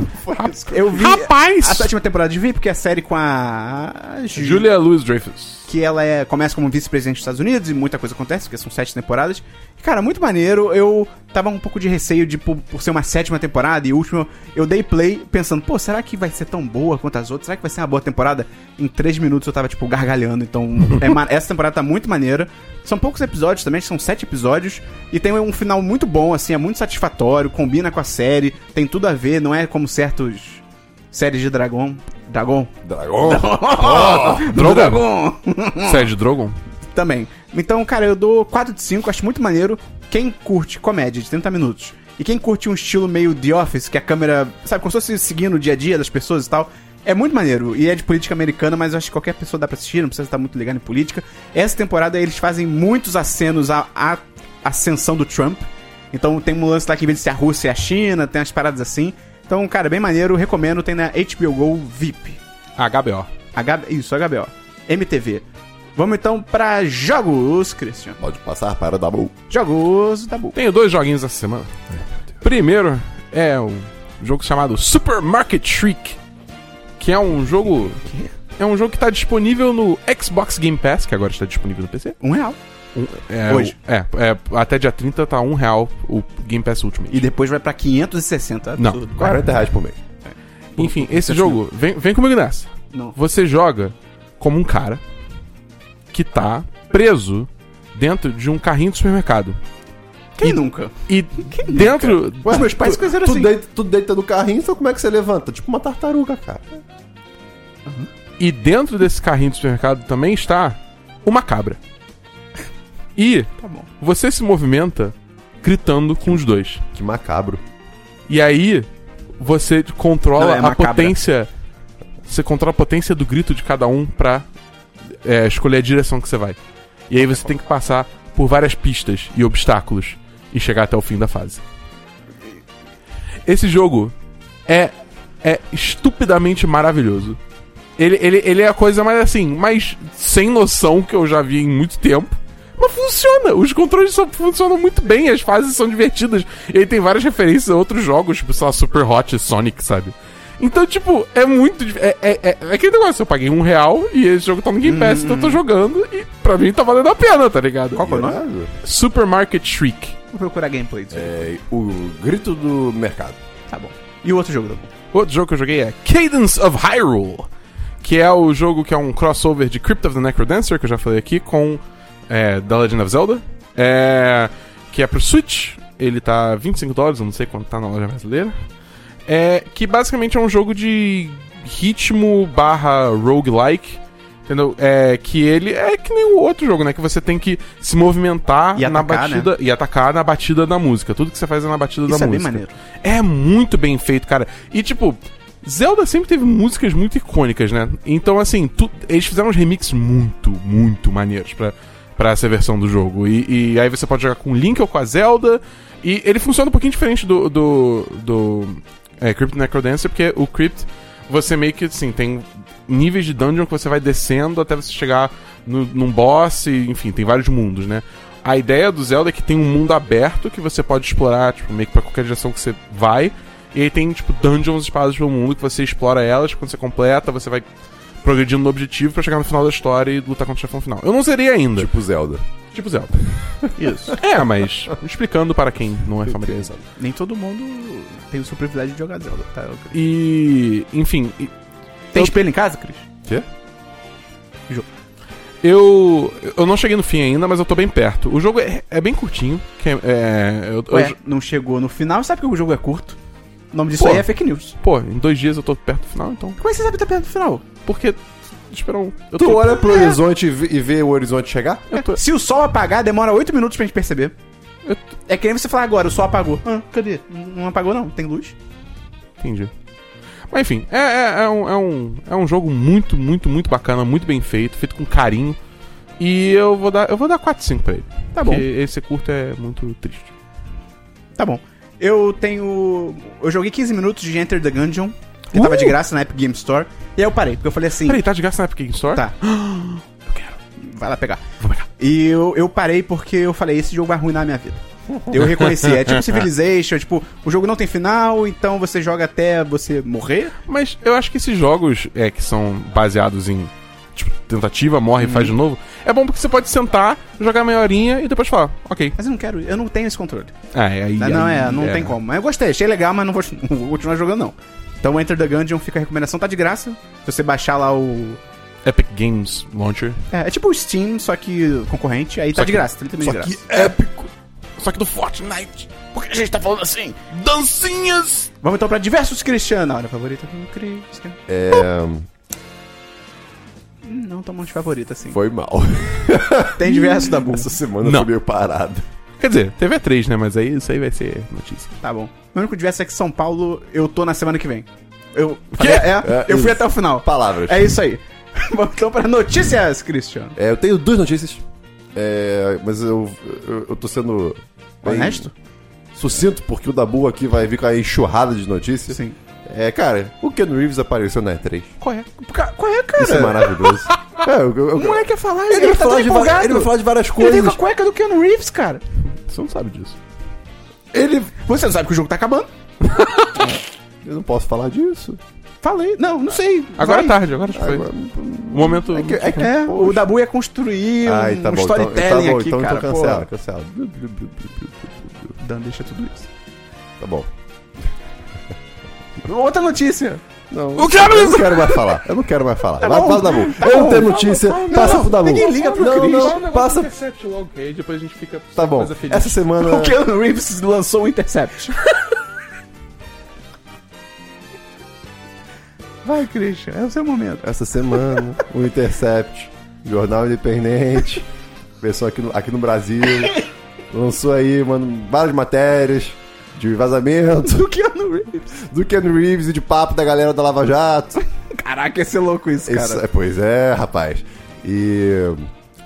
A: eu vi
B: Rapaz!
A: a sétima temporada de VIP, que é a série com a... a Ju-
B: Julia Louis Dreyfus.
A: que ela é, começa como vice-presidente dos Estados Unidos e muita coisa acontece, porque são sete temporadas. E, cara, muito maneiro. Eu tava um pouco de receio de, por, por ser uma sétima temporada e última, eu dei play pensando, pô, será que vai ser tão boa quanto as outras? Será que vai ser uma boa temporada? Em três minutos eu tava, tipo, gargalhando. Então, é ma- essa temporada tá muito maneira. São poucos episódios também, são sete episódios. E tem um final muito bom, assim, é muito satisfatório, combina com a série, tem tudo a ver, não é como certos séries de Dragon. Dragon?
C: Dragão.
B: Oh, Drogon.
A: Dragon!
B: Sérgio Drogon?
A: também. Então, cara, eu dou 4 de 5, acho muito maneiro. Quem curte comédia de 30 minutos e quem curte um estilo meio The Office, que a câmera, sabe, como se fosse seguindo o dia a dia das pessoas e tal, é muito maneiro. E é de política americana, mas eu acho que qualquer pessoa dá pra assistir, não precisa estar muito ligado em política. Essa temporada eles fazem muitos acenos à, à ascensão do Trump. Então tem um lance lá que em vez de ser a Rússia é a China, tem umas paradas assim. Então, cara, bem maneiro, recomendo, tem na HBO Go VIP.
B: HBO.
A: H... Isso, HBO. MTV. Vamos então pra jogos, Christian.
C: Pode passar para dar bom.
A: Jogos da Bu.
B: Tenho dois joguinhos essa semana. Primeiro é um jogo chamado Supermarket Shriek, que é um jogo... É um jogo que tá disponível no Xbox Game Pass, que agora está disponível no PC.
A: Um real.
B: Um- é,
A: Hoje.
B: o- é, é, até dia 30 tá um real o Game Pass Ultimate.
A: E depois vai pra 560.
B: Não.
A: Absurdo.
C: 40 reais por mês.
B: Enfim,
A: tá
B: esse jogo, vem, vem comigo nessa.
A: Não.
B: Você joga como um cara que tá preso dentro de um carrinho de supermercado.
A: Quem nunca?
B: E
A: é
B: dentro.
A: Os meus pais cozeram
C: Tu
A: assim.
C: deita, tu deita no carrinho, então como é que você levanta? Tipo uma tartaruga, cara.
B: E dentro desse carrinho de supermercado também está uma cabra. E
A: Tá bom.
B: você se movimenta gritando com os dois.
C: Que macabro.
B: E aí você
A: Não,
B: controla
A: é
B: a
A: macabra.
B: potência. Você controla a potência do grito de cada um pra é, escolher a direção que você vai. E aí você tem que passar por várias pistas e obstáculos e chegar até o fim da fase. Esse jogo é, é estupidamente maravilhoso. Ele, ele, ele é a coisa mais assim, mais sem noção que eu já vi em muito tempo. Mas funciona! Os controles só funcionam muito bem, as fases são divertidas. E aí tem várias referências a outros jogos, tipo, sei lá, Super Hot e Sonic, sabe? Então, tipo, é muito. dif- É, é, é, é aquele negócio, eu paguei um real e esse jogo tá no Game Pass, então eu tô jogando e pra mim tá valendo a pena, tá ligado?
A: Hum. Qual que é o nome?
C: Irado.
B: Supermarket Shriek.
A: Vou procurar gameplay disso.
C: É, o grito do mercado.
A: Tá bom. E o outro jogo, Dabu?
B: Outro jogo que eu joguei é Cadence of Hyrule, que é o jogo que é um crossover de Crypt of the Necrodancer, que eu já falei aqui, com é, The Legend of Zelda, é, que é pro Switch, ele tá 25 dólares, eu não sei quanto tá na loja brasileira, é, que basicamente é um jogo de ritmo barra roguelike, entendeu? É, que ele é que nem o outro jogo, né? Que você tem que se movimentar
A: E
B: na
A: atacar, né?
B: batida e atacar na batida da música. Tudo que você faz é na batida da
A: Isso é bem
B: música.
A: maneiro.
B: É muito bem feito, cara. E tipo, Zelda sempre teve músicas muito icônicas, né? Então, assim, tu- eles fizeram uns remixes muito, muito maneiros pra, pra essa versão do jogo. E, e aí você pode jogar com o Link ou com a Zelda. E ele funciona um pouquinho diferente do. do. do é, Crypt Necrodancer, porque o Crypt, você meio que assim, tem níveis de dungeon que você vai descendo até você chegar no- num boss, e, enfim, tem vários mundos, né? A ideia do Zelda é que tem um mundo aberto que você pode explorar, tipo, meio que pra qualquer direção que você vai. E aí tem, tipo, dungeons espalhadas pelo mundo que você explora elas, quando você completa, você vai progredindo no objetivo pra chegar no final da história e lutar contra o chefão final. Eu não zerei ainda, tipo,
C: Tipo Zelda.
B: Zelda.
A: Isso.
B: É, mas explicando para quem não é familiarizado.
A: Nem todo mundo tem o seu privilégio de jogar Zelda, tá?
B: E, enfim, e-
A: Tem
B: Eu-
A: espelho em casa, Cris?
C: Quê?
B: eu eu não cheguei no fim ainda, mas eu tô bem perto. O jogo é, é bem curtinho, que é, é, eu- eu-
A: Ué, não chegou no final, sabe que o jogo é curto? O nome disso
B: Pô.
A: aí é fake news.
B: pô, em dois dias eu tô perto do final, então.
A: Como é que você sabe que tá perto do final?
B: Porque esperar um. Eu
C: Tu
B: tô,
C: olha pro horizonte e vê, e vê o horizonte chegar?
B: eu tô,
A: Se o sol apagar, demora 8 minutos pra gente perceber.
B: Eu-
A: É que nem você falar agora, o sol apagou. Ah, cadê? Não não apagou não, tem luz.
B: Entendi. Mas enfim, é, é- é um, é, um, é um jogo muito, muito, muito bacana, muito bem feito, feito com carinho. E eu vou dar, eu vou dar 4-5 pra ele.
A: Tá bom.
B: Porque esse curto é muito triste.
A: Tá bom. Eu tenho... Eu joguei 15 minutos de Enter the Gungeon. Que
B: Uh!
A: tava de graça na Epic Game Store. E aí eu parei, porque eu falei assim...
B: Peraí, tá de graça na Epic Game Store?
A: Tá.
B: Eu quero.
A: Vai lá pegar.
B: Vou pegar.
A: E eu, eu parei porque eu falei, esse jogo vai arruinar a minha vida. Eu reconheci, é tipo Civilization, é tipo, o jogo não tem final, então você joga até você morrer.
B: Mas eu acho que esses jogos é, que são baseados em tipo, tentativa, morre e faz de novo, é bom porque você pode sentar, jogar meia horinha e depois falar, ok.
A: Mas eu não quero, eu não tenho esse controle.
B: Ah, é aí.
A: Não, não
B: aí-
A: é, não tem como. Mas eu gostei, achei legal, mas não vou, não vou continuar jogando não. Então Enter the Gungeon fica a recomendação, tá de graça. Se você baixar lá o...
B: Epic Games Launcher.
A: É, é tipo o Steam, só que concorrente, aí tá
B: Só
A: de
B: que-
A: graça, 30 mil de graça.
B: épico. Só que do Fortnite. Por que a gente tá falando assim? Dancinhas!
A: Vamos então pra diversos Cristiano. Olha, favorita do Christian.
C: É.
A: Hum, Não tão de favorita, assim.
C: Foi mal.
A: Tem diversos da Bull.
C: Essa semana
B: Não.
C: foi meio parada.
B: Quer dizer, teve a 3, né? Mas aí isso aí vai ser notícia.
A: Tá bom. O único diverso é que São Paulo, eu tô na semana que vem. Eu,
B: quê?
A: é, eu fui
C: isso.
A: até o final.
C: Palavras.
A: É isso aí. Vamos então pra notícias, Cristiano.
C: É, eu tenho duas notícias. É, mas eu, eu, eu tô sendo. bem
A: Honesto?
C: Sucinto, porque o Dabu aqui vai vir com a enxurrada de notícias.
A: Sim.
C: É, cara, o Ken Reeves apareceu na E3.
B: Qual é? Ca- Qual é, cara?
C: Isso é maravilhoso. é, eu, eu, eu-
A: O moleque ia falar, ele,
C: ele,
A: tá
C: vai falar
A: todo
C: de va-
A: empolgado.
C: ele vai falar de várias
A: Ele veio com
C: coisas.
A: a cueca do Keanu Reeves, cara.
B: Você não sabe disso.
C: Ele.
A: Você não sabe que o jogo tá acabando?
C: Eu não posso falar disso. Ah,
A: Falei. Não, não sei.
B: Agora é
A: Vai.
B: tarde, agora acho que foi.
A: um
C: Agora- tá.
B: O momento.
C: É que- é que-
A: É, o Dabu ia construir
C: Ai,
A: um
C: tá bom. então-
A: storytelling
C: tá bom,
A: aqui,
C: então,
A: cara.
C: então
A: pô.
C: cancela, cancela.
A: Dan, deixa tudo isso.
C: Tá bom.
A: Outra notícia.
C: Não,
B: O que é,
C: eu não
B: Bruno?
C: quero mais falar. Eu não quero mais falar. Vai
A: bom.
C: para o Dabu.
A: Tá
C: eu
A: bom.
C: não tenho notícia. passa pro Dabu.
A: ninguém liga pro
C: não,
A: Cris.
C: Não, passa.
B: um logo, que aí depois a gente fica.
C: Tá bom. Essa semana.
A: O Keanu Reeves lançou o Intercept. Vai, Christian, é o seu É momento.
C: Essa semana, o um Intercept Jornal Independente. Pessoal aqui no, aqui no Brasil. Lançou aí, mano, várias matérias de vazamento
A: Do Keanu Reeves.
C: do Ken Reeves e de papo da galera da Lava Jato.
A: Caraca, ia ser louco isso, cara.
C: Isso- é, pois é, rapaz. E.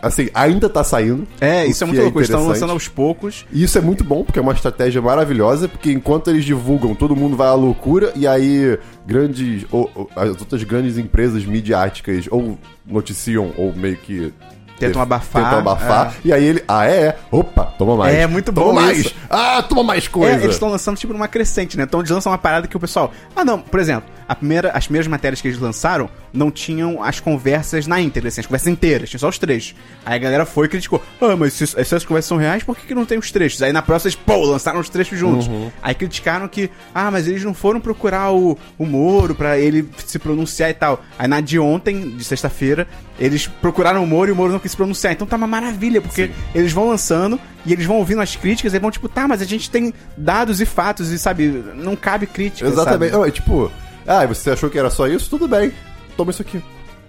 C: Assim, ainda tá saindo.
A: É,
C: o
A: isso é
C: que
A: muito louco. Eles estão
C: interessante.
A: lançando aos poucos.
C: E isso é muito bom, porque é uma estratégia maravilhosa, porque enquanto eles divulgam, todo mundo vai à loucura, e aí grandes. Ou, ou as outras grandes empresas midiáticas ou noticiam, ou meio que.
A: Tentam
C: def-
A: abafar,
C: Tentam abafar. E aí ele. Ah, é, é. Opa, toma mais.
A: É, muito
C: toma
A: bom
C: mais.
A: isso.
C: Ah, toma mais
A: É,
C: coisa.
A: eles estão lançando tipo numa crescente, né? Então eles lançam uma parada que o pessoal. Ah, não, por exemplo, a primeira, as primeiras matérias que eles lançaram não tinham as conversas na íntegra, assim, as conversas inteiras, tinha só os trechos. Aí a galera foi e criticou: Ah, mas se, isso- se essas conversas são reais, por que, que não tem os trechos? Aí na próxima eles, pô, lançaram os trechos juntos. Aí criticaram que, ah, mas eles não foram procurar o, o Moro pra ele se pronunciar e tal. Aí na de ontem, de sexta-feira, eles procuraram o Moro e o Moro não quis se pronunciar. Então tá uma maravilha, porque eles vão lançando e eles vão ouvindo as críticas e vão tipo, tá, mas a gente tem dados e fatos e sabe, não cabe crítica. sabe?
C: Exatamente. Não, é tipo. Ah, você achou que era só isso? Tudo bem. Toma isso aqui.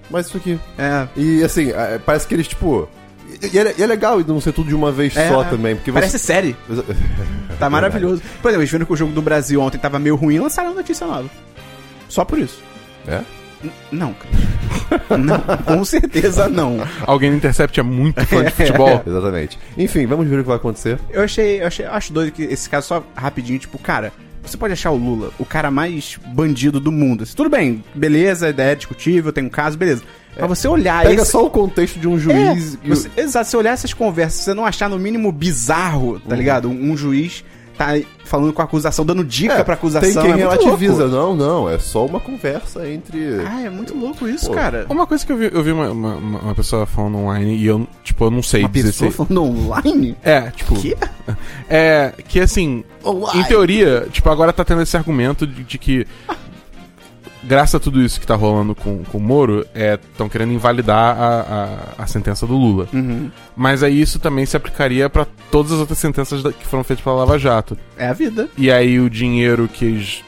C: Mais isso aqui.
A: É.
C: E assim, é, parece que eles, tipo. E e é, e é legal não ser tudo de uma vez
A: É,
C: só também, porque
A: Parece série.
C: você. É
A: Tá maravilhoso. Por exemplo, eles viram que o jogo do Brasil ontem tava meio ruim, lançaram a notícia nova. Só por isso.
C: É?
A: N- não, cara. não, com certeza não.
B: Alguém no Intercept é muito fã de futebol.
C: Exatamente. Enfim, vamos ver o que vai acontecer.
A: Eu achei, eu achei, eu acho doido que esse caso só rapidinho, tipo, cara, você pode achar o Lula o cara mais bandido do mundo. Assim, tudo bem, beleza, a ideia é discutível, tem um caso, beleza. Mas você olhar
C: É. Pega
A: esse-
C: só o contexto de um
A: É,
C: juiz. e o-
A: você- exato, se olhar essas conversas, você não achar no mínimo bizarro,
C: Uhum.
A: tá ligado? Um, um juiz tá falando com a acusação, dando dica pra acusação.
C: Tem quem
A: é muito
C: relativiza.
A: louco.
C: Não, não. É só uma conversa entre.
A: Ah, é muito louco isso,
C: Pô,
A: cara.
B: Uma coisa que eu vi, eu vi uma, uma, uma- uma pessoa falando online e eu, tipo, eu não
C: é
B: sei
A: Uma
B: dizer
A: pessoa
B: se-
A: falando online?
B: É, tipo.
A: Que? Oh,
B: É, que assim, em teoria, tipo, agora tá tendo esse argumento de, de que. Graças a tudo isso que tá rolando com, com o Moro, estão querendo invalidar a, a, a sentença do Lula.
A: Uhum.
B: Mas aí isso também se aplicaria pra todas as outras sentenças da- que foram feitas pela Lava Jato.
A: É a vida.
B: E aí o dinheiro que eles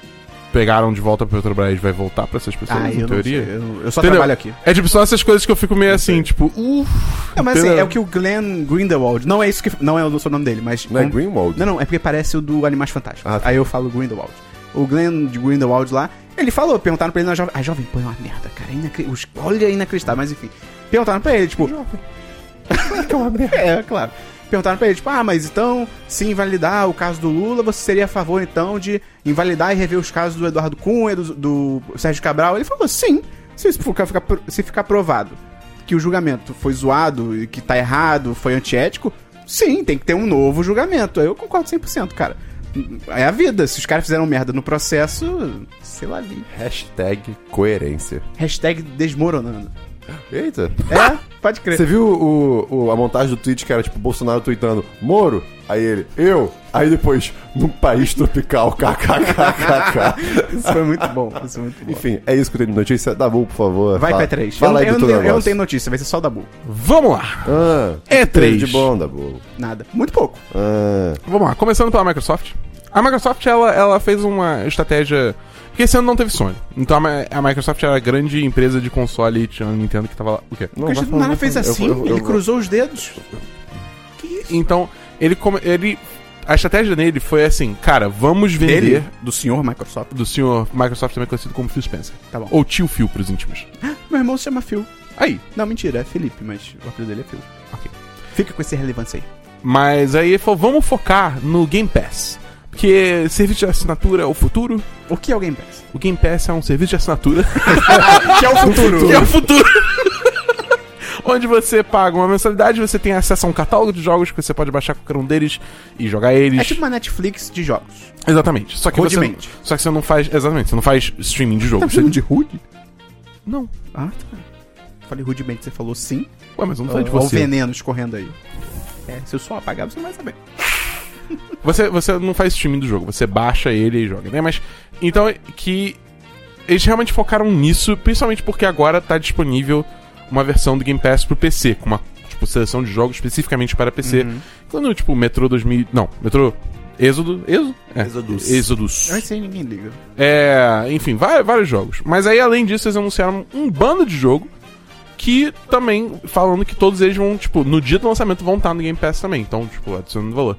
B: pegaram de volta pra Petrobras vai voltar pra essas pessoas,
A: Ah,
B: em
A: eu, não
B: teoria?
A: sei, eu, eu só
B: Entendeu?
A: trabalho aqui.
B: É tipo, são essas coisas que eu fico meio assim, tipo, uff.
A: Não, mas assim,
B: Entendeu?
A: é o que o Glenn Grindelwald. Não é isso que. Não é o sobrenome dele, mas.
C: Não é
A: como-
C: Greenwald?
A: Não, não, é porque parece o do Animais Fantásticos.
C: Ah, tá.
A: Aí eu falo Grindelwald. O Glenn de Grindelwald lá, ele falou, perguntaram pra ele na Jovem. A Jovem Pan é uma merda, cara. É inacre- os- Olha, é inacreditável, mas enfim. Perguntaram pra ele, tipo. é, claro. Perguntaram pra ele, tipo, ah, mas então, se invalidar o caso do Lula, você seria a favor, então, de invalidar e rever os casos do Eduardo Cunha, do, do Sérgio Cabral? Ele falou, sim, se isso ficar, ficar pro- se ficar provado que o julgamento foi zoado e que tá errado, foi antiético, sim, tem que ter um novo julgamento. Aí Eu concordo 100%, cara. É a vida, se os caras fizeram merda no processo, sei lá ali.
C: Hashtag coerência.
A: Hashtag desmoronando.
C: Eita.
A: É, pode crer.
C: Você viu o, o- a montagem do tweet que era tipo Bolsonaro tweetando Moro? Aí ele, eu? Aí depois, num país tropical, kkkk.
A: Isso foi muito bom, isso foi muito bom.
C: Enfim, é isso que eu tenho de notícia. Dabu, por favor.
A: Vai
C: fala-
A: pra 3.
C: Fala
A: eu,
C: aí
A: eu não
C: do teu
A: tenho, eu não
C: negócio.
A: tenho notícia, vai ser só o Dabu.
B: Vamos lá!
C: Ah,
B: É
C: teve
B: três.
C: de bom, Dabu.
A: Nada. Muito pouco.
C: Ah,
B: Vamos lá, começando pela Microsoft. A Microsoft, ela, ela fez uma estratégia... Porque esse ano não teve Sony. Então a, Mi- a Microsoft era a grande empresa de console e tinha a Nintendo que tava lá... O quê?
C: não,
A: Porque
C: vai
A: o
C: falar,
A: Nara
C: vai
A: fez
C: falar. um Eu-
A: assim,
C: eu- eu-
A: ele cruzou os dedos.
B: Então, ele, come- ele... A estratégia dele foi assim, cara, vamos vender...
A: Dele, do senhor Microsoft.
B: Do senhor Microsoft, também conhecido como Phil Spencer.
A: Tá bom.
B: Ou tio Phil, pros íntimos.
A: Meu irmão se chama Phil.
B: Aí,
A: Não, mentira, é Felipe, mas o apelido dele é Phil.
B: ok.
A: Fica com essa relevância aí.
B: Mas aí ele falou, vamos focar no Game Pass. Porque serviço de assinatura é o futuro.
A: O que é o Game Pass?
B: O Game Pass é um serviço de assinatura.
A: que é o futuro.
B: que é o futuro. Onde você paga uma mensalidade, você tem acesso a um catálogo de jogos que você pode baixar qualquer um deles e jogar eles.
A: É tipo uma Netflix de jogos.
B: Exatamente. Só que você.
A: Rudemente.
B: Só que você não faz. Exatamente, você não faz streaming de
C: Tá
B: jogo. você...
A: de rude?
B: Não.
A: Tá Ah, tá. Falei rudemente, você falou sim.
B: Ué, mas eu
C: Então
B: não falei de
A: Olha o
B: você.
A: veneno escorrendo aí. É, se eu só apagar, você não vai saber.
B: Você, você não faz streaming do jogo, você baixa ele e joga, né? Mas. Então, é que. Eles realmente focaram nisso, principalmente porque agora tá disponível uma versão do Game Pass pro PC, com uma tipo, seleção de jogos especificamente para PC. Quando, tipo, Metro 2000. Não, Metro. Êxodo. Êxodo? É.
C: Exodus.
B: Exodus.
A: Mas aí ninguém liga.
B: É, enfim, vai- vários jogos. Mas aí, além disso, eles anunciaram um bando de jogo. que também falando que todos eles vão, tipo, no dia do lançamento vão estar no Game Pass também. Então, tipo, adicionando valor.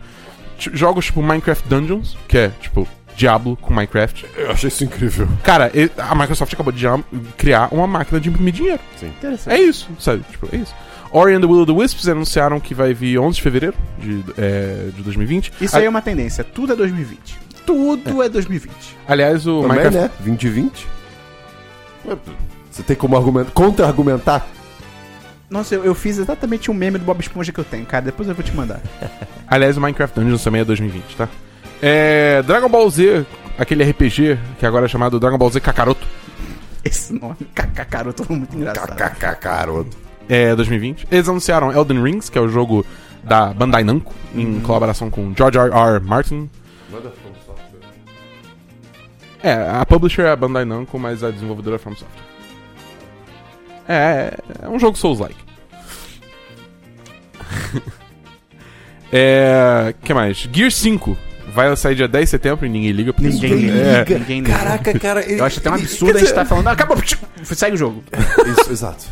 B: T- Jogos tipo Minecraft Dungeons, que é, tipo, Diablo com Minecraft.
C: Eu achei isso incrível.
B: Cara, e- a Microsoft acabou de já criar uma máquina de imprimir dinheiro.
C: Sim.
A: Interessante.
B: É isso, sabe? Tipo, é isso. Ori and the Will of the Wisps anunciaram que vai vir 11 de fevereiro de, é, de 2020.
A: Isso aí é uma tendência. Tudo é 2020. Tudo é, 2020.
B: Aliás, o
C: Também,
B: Minecraft...
C: né? 2020. Você tem como argumentar, contra-argumentar?
A: Nossa, eu, eu fiz exatamente o meme do Bob Esponja que eu tenho, cara. Depois eu vou te mandar.
B: Aliás, o Minecraft Dungeons também é 2020, tá? É, Dragon Ball Z, aquele RPG que agora é chamado Dragon Ball Z Kakaroto,
A: Esse nome. Cacacaro, tô muito engraçado.
C: Kkk, garoto.
B: é 2020. Eles anunciaram Elden Rings, que é o jogo da Bandai Namco, em
A: Hum.
B: colaboração com George R. R. Martin. É, a publisher é a Bandai Namco, mas a desenvolvedora é a From Software. É, é um jogo Souls-like. é. que mais? Gear 5 vai sair dia 10 de setembro e ninguém É. liga pra
A: Ninguém
C: É.
A: liga. Ninguém liga.
C: Caraca, cara. ele-
A: Eu acho até um
C: ele-
A: absurdo
C: quer
A: a gente
C: dizer-
A: tá falando. "Ah, Acabou, segue o jogo.
C: Isso, exato.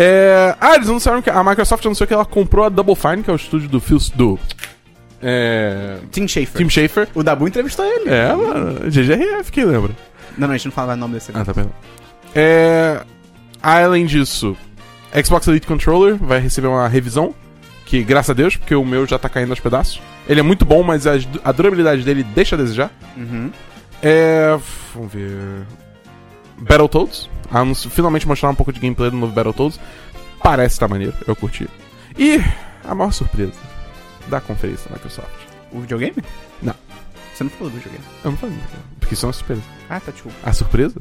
B: É... Ah, eles anunciaram que a Microsoft anunciou que ela comprou a Double Fine, que é o estúdio do Phil... do... É...
A: Tim Schafer.
B: Tim Schafer.
A: O Dabu entrevistou ele.
B: É, mano, GGRF, quem lembra?
A: Não, não, a gente não falava o nome desse.
B: Ah, tá, perdão. É... ah, Além disso, Xbox Elite Controller vai receber uma revisão, que graças a Deus, porque o meu já tá caindo aos pedaços. Ele é muito bom, mas a, a durabilidade dele deixa a desejar.
A: Uhum.
B: É... Vamos ver... Battletoads. Anuncio, finalmente mostraram um pouco de gameplay do novo Battletoads. Parece estar maneiro, eu curti. E a maior surpresa da conferência da Microsoft.
A: O videogame?
B: Não.
A: Você não falou do videogame.
B: Eu não falei, cara, porque isso é uma surpresa.
A: Ah, tá, desculpa.
B: A surpresa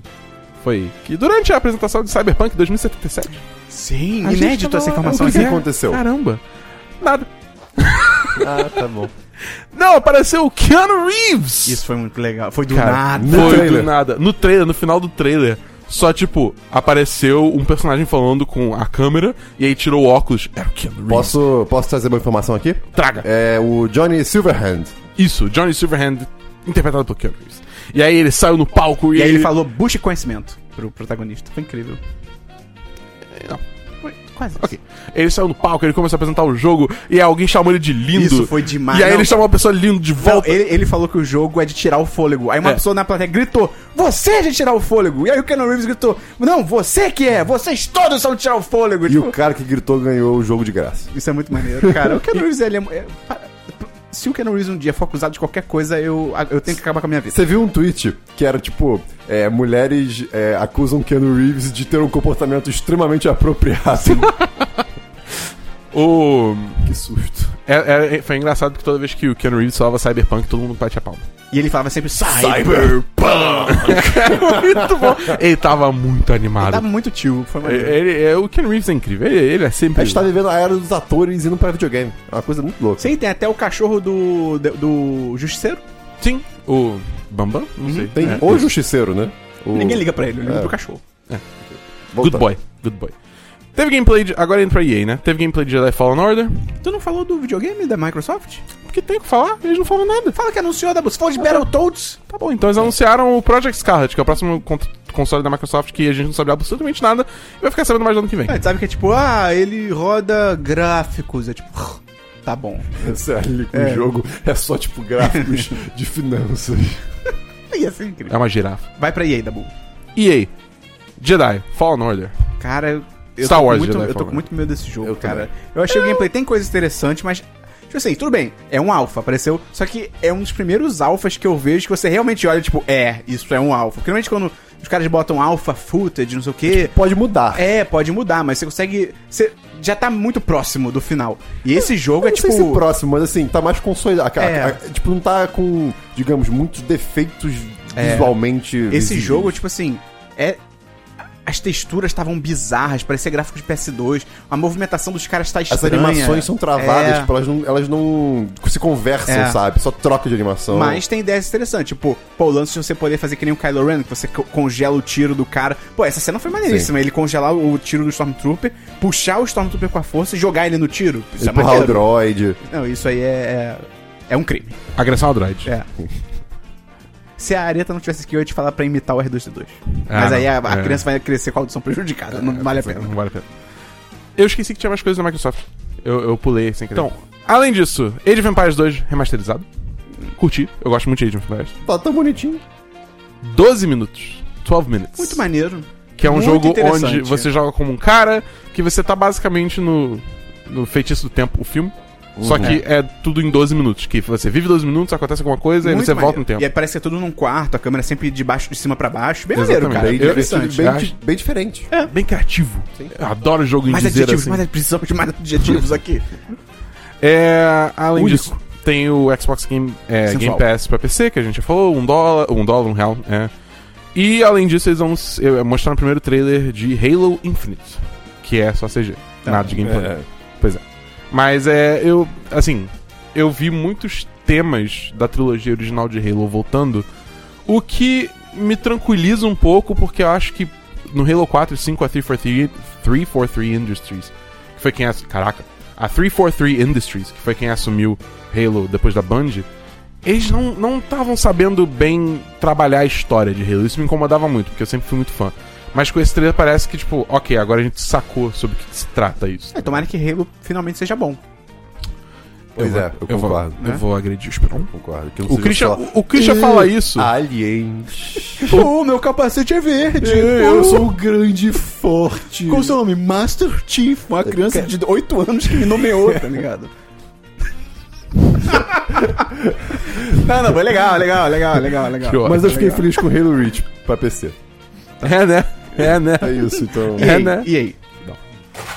B: foi que durante a apresentação de Cyberpunk 2077...
A: Sim,
B: a gente
A: inédito
B: tava-
A: essa
B: O
A: informação
B: que
A: aqui.
B: que é?
C: aconteceu?
B: Caramba. Nada.
C: Ah, tá bom.
B: Não, apareceu o Keanu Reeves!
A: Isso foi muito legal. Foi do
B: Cara,
A: nada.
C: no
B: Foi
C: trailer.
B: do nada. No trailer, no final do trailer, só tipo, apareceu um personagem falando com a câmera e aí tirou o óculos. Era o Keanu Reeves.
C: Posso, posso trazer uma informação aqui?
B: Traga.
C: É o Johnny Silverhand.
B: Isso, Johnny Silverhand, interpretado por Keanu Reeves. E aí ele saiu no palco e,
A: E aí ele falou, busque conhecimento pro protagonista. Foi incrível.
B: Não.
A: Foi quase
B: Ok. Ele saiu no palco, ele começou a apresentar o jogo e aí alguém chamou ele de lindo.
A: Isso foi demais.
B: E aí
A: Não.
B: ele chamou a pessoa lindo de
A: Não,
B: volta.
A: ele, ele falou que o jogo é de tirar o fôlego. Aí uma
B: É.
A: pessoa na plateia gritou: Você é de tirar o fôlego! E aí o Keanu Reeves gritou: Não, você que é! Vocês todos são de tirar o fôlego!
C: E
A: Tipo,
C: o cara que gritou ganhou o jogo de graça.
A: Isso é muito maneiro, cara. O Keanu Reeves, ele é. é- para- se o Keanu Reeves um dia for acusado de qualquer coisa, eu, eu tenho que acabar com a minha vida.
C: Você viu um tweet que era tipo: é, mulheres é, acusam Keanu Reeves de ter um comportamento extremamente apropriado.
B: O...
C: que susto.
B: é- é- foi engraçado que toda vez que o Keanu Reeves salva Cyberpunk, todo mundo bate a palma.
A: E ele falava sempre: Sai!
C: Cyberpunk!
B: muito bom. Ele tava muito
A: Dava
B: animado.
A: muito tio, foi maneiro.
B: Ele, é, o Keanu Reeves é incrível. Ele, ele é
C: A
B: sempre.
C: gente tá vivendo a era dos atores indo pra videogame. É uma coisa muito louca.
A: Sim, tem até o cachorro do. do, do Justiceiro.
B: Sim, o Bambam?
A: Uhum.
B: Não sei.
C: Tem
B: É.
C: o Justiceiro, né? O-
A: Ninguém liga pra ele, liga
C: É.
A: pro cachorro.
C: Volta.
B: Good boy. Good boy. Teve gameplay de. Agora entra a EA, né? Teve gameplay de Jedi Fallen Order.
A: Tu não falou do videogame da Microsoft?
B: Porque tem o que falar, eles não falam nada.
A: Fala que anunciou da Você falou de Battletoads?
B: Tá bom, então eles anunciaram o Project Scarlet, que é o próximo con- console da Microsoft que a gente não sabe absolutamente nada e vai ficar sabendo mais no ano que vem.
A: É, tu sabe que é tipo, ah, ele roda gráficos. É tipo, tá bom.
C: Sério, ali com o jogo é só tipo gráficos de finanças.
A: Ia ser
B: É
A: assim, incrível.
B: uma girafa.
A: Vai pra EA, Dabu.
B: EA. Jedi, Fallen Order.
A: Cara, eu- eu
B: Star
A: tô, com
B: Wars
A: muito,
C: tá
B: Jedi
A: eu tô
B: Fallen.
A: com muito medo desse jogo,
C: né? Eu
A: cara.
C: também.
A: Eu achei o gameplay, tem coisas interessantes, mas. Tipo assim, tudo bem, é um alfa, apareceu. Só que é um dos primeiros alfas que eu vejo que você realmente olha, tipo, é, isso é um alfa. Porque normalmente quando os caras botam alfa footage, não sei o quê.
C: Pode mudar.
A: É, pode mudar, mas você consegue. Você já tá muito próximo do final. E esse
C: Eu
A: jogo
C: não
A: é tipo.
C: sei se próximo, mas assim, tá mais consolidado. A- a-
A: É.
C: a- Tipo, não tá com, digamos, muitos defeitos
A: É.
C: visualmente.
A: Esse
C: visíveis.
A: jogo, tipo assim, é. As texturas estavam bizarras, parecia gráfico de PS2. A movimentação dos caras tá
C: As
A: estranha.
C: animações são
A: É.
C: travadas, tipo, elas não, elas não se conversam,
A: É.
C: sabe? Só troca de animação.
A: Mas tem ideias interessantes, tipo, pô, o lance de você poder fazer que nem o Kylo Ren, que você co- congela o tiro do cara. Pô, essa cena foi maneiríssima, ele congelar o tiro do Stormtrooper, puxar o Stormtrooper com a força e jogar ele no tiro. Isso é
C: Empurrar o
A: maneiro.
C: droid.
A: Não, isso aí é, é... é um crime.
B: Agressão ao droid.
A: É. se a Areta não tivesse aqui, eu ia te falar pra imitar o R2D2. Mas
B: Ah,
A: aí a, a
B: não, é.
A: criança vai crescer com a audição prejudicada,
C: É,
A: não vale a pena.
B: Não vale a pena. Eu esqueci que tinha mais coisas da Microsoft. Eu, eu pulei sem querer. Então, além disso, Age of Empires 2 remasterizado. Curti, eu gosto muito de Age of Empires.
C: Tá tão bonitinho.
B: 12 minutos. 12 minutes.
A: Muito maneiro.
B: Que é um
A: Muito
B: jogo onde
A: interessante.
B: você joga como um cara, que você tá basicamente no, no feitiço do tempo, o filme. Só que é tudo em 12 minutos. Que você vive 12 minutos, acontece alguma coisa e
A: Muito
B: você volta
A: maneiro.
B: no tempo.
A: E aí parece que é tudo num quarto, a câmera sempre de baixo, de cima pra baixo. Bem é maneiro,
B: Exatamente.
A: cara.
C: Bem,
B: Eu-
C: divertido,
B: interessante,
C: bem,
B: acho.
C: di- bem diferente.
B: É bem criativo. Eu adoro jogo em
A: Mais
B: dizer
A: adjetivos,
B: assim.
A: mais precisamos de mais adjetivos aqui.
B: É, além
A: Único.
B: disso, tem o Xbox Game, é,
A: Sensual.
B: Game Pass pra PC, que a gente já falou, um dólar, um dólar, um real, é. E além disso, eles vão s- eh, mostrar no primeiro trailer de Halo Infinite, que é só CG,
A: Tá.
B: nada de gameplay.
C: É.
B: Pois é. Mas é, eu, assim, eu vi muitos temas da trilogia original de Halo voltando, o que me tranquiliza um pouco, porque eu acho que no Halo 4 e 5 a 343, 343 Industries, que foi quem. ass- Caraca! A 343 Industries, que foi quem assumiu Halo depois da Band, eles não não estavam sabendo bem trabalhar a história de Halo. Isso me incomodava muito, porque eu sempre fui muito fã. Mas com esse trailer parece que, tipo, ok, agora a gente sacou sobre o que que se trata isso.
A: É, tomara que Halo finalmente seja bom.
C: Pois
B: vou-
C: é, eu
B: vou-
C: concordo.
B: Eu
A: né?
B: vou agredir o Esperon.
C: Concordo. Que não
B: O
C: seja
B: Christian,
C: só
B: o Christian fala isso.
C: Aliens.
A: Pô, meu capacete é verde.
C: Eu sou um grande e forte.
A: Qual o seu nome? Master Chief. Uma criança de 8 anos que me nomeou, tá ligado? não, não, foi legal, legal, legal, legal, legal.
B: Que ótimo.
C: Mas eu fiquei
A: Legal.
C: feliz com Halo Reach pra PC.
B: É, né? É, né?
C: É isso, então.
A: E aí,
B: É, né?
A: e aí?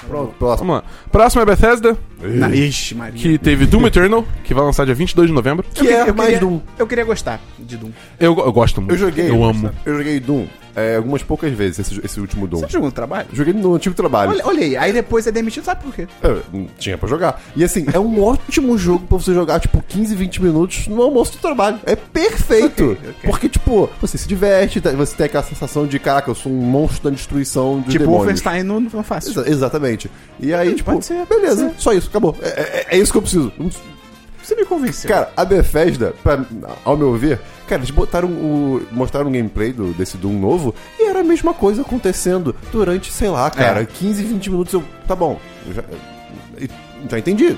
C: Pronto, próximo.
B: Vamos lá. Próximo é Bethesda,
A: Na, ixi, Maria.
B: que teve Doom Eternal, que vai lançar dia 22 de novembro.
A: Eu queria-
C: é
A: eu
C: mais
A: queria-
C: Doom.
A: Eu queria gostar de Doom.
B: Eu, go- eu gosto muito.
C: Eu joguei.
B: Eu amo.
C: Eu joguei Doom é, algumas poucas vezes, esse, esse último Doom.
A: Você jogou no trabalho?
C: Joguei no antigo trabalho.
A: Olha, olha aí, aí depois é demitido, sabe por quê?
C: É, não tinha pra jogar. E assim, é um ótimo jogo pra você jogar, tipo, 15, 20 minutos no almoço do trabalho. É perfeito.
A: Ok, ok.
C: Porque, tipo, você se diverte, tá- você tem aquela sensação de, caraca, eu sou um monstro da destruição dos
A: tipo, o
C: demônios.
A: Wolfenstein não, não fácil.
C: Exa- exatamente. E aí, tipo,
A: pode ser, pode
C: beleza,
A: ser.
C: só isso, acabou. É, é- é isso que eu preciso. Não preciso-
A: Você me convenceu.
C: Cara, a Bethesda, pra- ao meu ver, cara, eles botaram o. mostraram um gameplay do, desse Doom novo e era a mesma coisa acontecendo durante, sei lá, cara,
A: É.
C: 15, 20 minutos eu. Tá bom, eu já, eu- já entendi.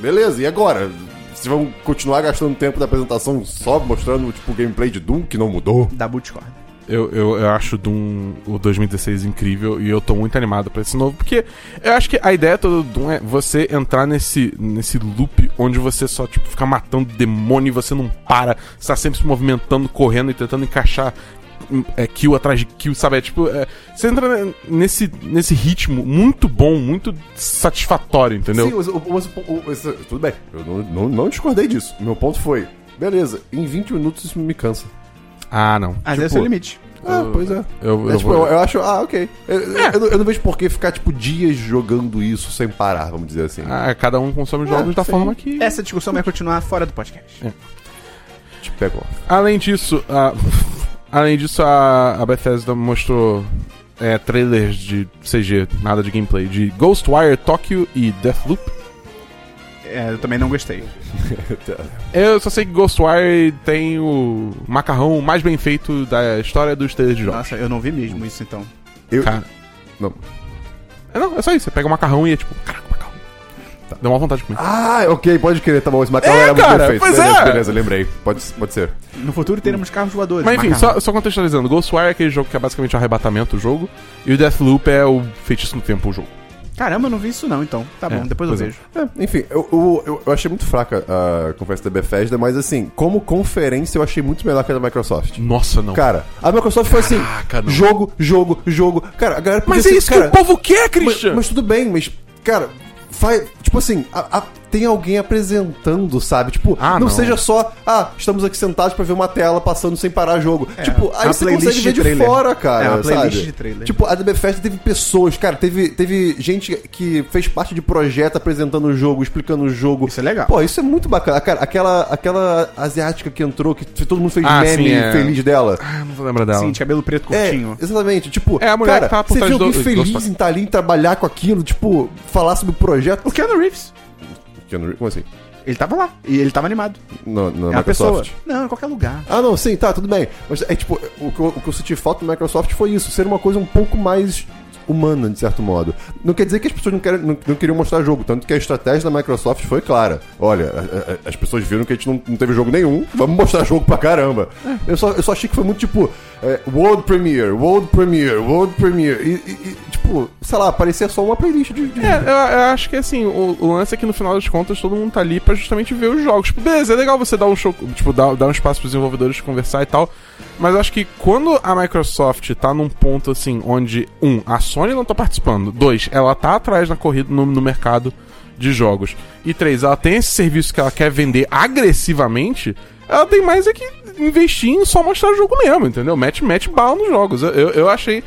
C: Beleza, e agora? Vocês vão continuar gastando tempo da apresentação só mostrando, tipo, o gameplay de Doom que não mudou?
A: Da Bootcord.
B: Eu, eu, eu acho Doom o 2016 incrível e eu tô muito animado pra esse novo, porque eu acho que a ideia toda do Doom é você entrar nesse, nesse loop onde você só tipo, fica matando demônio e você não para, você tá sempre se movimentando, correndo e tentando encaixar hum, é, kill atrás de kill, sabe? É, tipo, é, você entra né, nesse, nesse ritmo muito bom, muito satisfatório, entendeu?
C: Sim, mas, o- mas o- o- esse- tudo bem, eu não, não, não discordei disso. Meu ponto foi, beleza, em 20 minutos isso me cansa.
B: Ah, não.
A: Às vezes é o limite.
C: Ah, pois é.
B: Eu,
C: É,
B: eu
C: tipo,
B: vou- É.
C: eu, eu acho, ah, ok. Eu, eu- eu não, eu não vejo por que ficar, tipo, dias jogando isso sem parar, vamos dizer assim.
B: Ah, cada um consome os jogos
C: Ah,
B: da
C: sim.
B: forma que.
A: Essa discussão vai continuar fora do podcast.
C: Te pegou.
B: Além disso, a... além disso, a, a Bethesda mostrou é, trailers de CG, nada de gameplay, de Ghostwire Tokyo e Deathloop.
A: É, eu também não gostei.
B: Eu só sei que Ghostwire tem o macarrão mais bem feito da história dos trailers de jogos.
A: Nossa, eu não vi mesmo isso então.
C: Eu,
B: Cara.
C: não.
B: É, não, é só isso. Você pega o macarrão e é tipo, caraca, macarrão. Tá, Deu uma vontade de comer.
C: Ah, ok, pode querer, tá bom. Esse macarrão
B: É,
C: era muito
B: cara,
C: perfeito.
B: pois
C: beleza,
B: é.
C: beleza, lembrei. Pode, pode ser.
A: No futuro teremos carros voadores.
B: Mas enfim,
A: macarrão.
B: só, só contextualizando: Ghostwire é aquele jogo que é basicamente um arrebatamento do jogo, e o Deathloop é o feitiço no tempo, o jogo.
A: Caramba, eu não vi isso não, então. Tá
B: É,
A: bom, depois eu
B: pois é.
A: vejo.
C: É, enfim, eu, eu, eu- eu achei muito fraca a conferência da Bethesda, mas assim, como conferência eu achei muito melhor que a da Microsoft.
B: Nossa, não.
C: Cara, a Microsoft foi assim:
B: Caraca, não.
C: jogo, jogo, jogo. Cara, a galera
B: Mas
C: podia
B: é
C: ser-
B: isso
C: cara,
B: que o povo quer,
C: Mas,
B: Christian!
C: mas tudo bem, mas, cara, faz. Tipo assim, a- a- tem alguém apresentando, sabe? Tipo,
B: Ah,
C: não,
B: não.
C: seja só, ah, estamos aqui sentados pra ver uma tela passando sem parar jogo. tipo, aí
A: É, uma
C: você
A: playlist
C: consegue ver
A: de
C: de
A: trailer.
C: fora, cara.
A: É, uma playlist
C: sabe?
A: de trailer.
C: Tipo, a DB Fest teve pessoas, cara, teve, teve gente que fez parte de projeto apresentando o jogo, explicando o jogo.
A: Isso é legal.
C: Pô, isso é muito bacana. Cara, aquela, aquela asiática que entrou, que todo mundo fez
B: Ah,
C: meme
B: sim, é.
C: feliz dela.
B: Ah, não vou lembrar dela.
A: Sim, de cabelo preto curtinho.
C: É, exatamente. Tipo,
B: É a mulher que
C: cara,
B: tava por
C: você
B: trás
C: viu
B: do-
C: alguém
B: do
C: feliz
B: Ghostbusters.
C: em estar ali, em trabalhar com aquilo, tipo, falar sobre o projeto.
A: O Keanu Reeves.
C: Keanu Reeves, Como assim?
A: Ele tava lá. E ele tava animado.
C: No, no
A: é uma pessoa.
C: Microsoft.
A: Não, em qualquer lugar.
C: Ah, não, sim, tá, tudo bem. Mas é tipo, o que, eu, o que eu senti falta do Microsoft foi isso, ser uma coisa um pouco mais humana, de certo modo. Não quer dizer que as pessoas não, querem, não, não queriam mostrar jogo, tanto que a estratégia da Microsoft foi clara. Olha, a- a- as pessoas viram que a gente não, não teve jogo nenhum, vamos mostrar jogo pra caramba. Eu só, eu só achei que foi muito tipo, é, World Premiere, World Premiere, World Premiere, e, e- e, tipo, sei lá, parecia só uma playlist de... de...
B: É, eu, eu acho que assim, o, o lance é que no final das contas todo mundo tá ali pra justamente ver os jogos. Tipo, beleza, é legal você dar um show, tipo, dar, dar um espaço pros desenvolvedores conversar e tal. Mas eu acho que quando a Microsoft tá num ponto assim, onde, um, a Sony não tá participando, dois, ela tá atrás na corrida no, no mercado de jogos. E três, ela tem esse serviço que ela quer vender agressivamente, ela tem mais é que investir em só mostrar jogo mesmo, entendeu? Mete, mete bala nos jogos. Eu, eu, eu achei.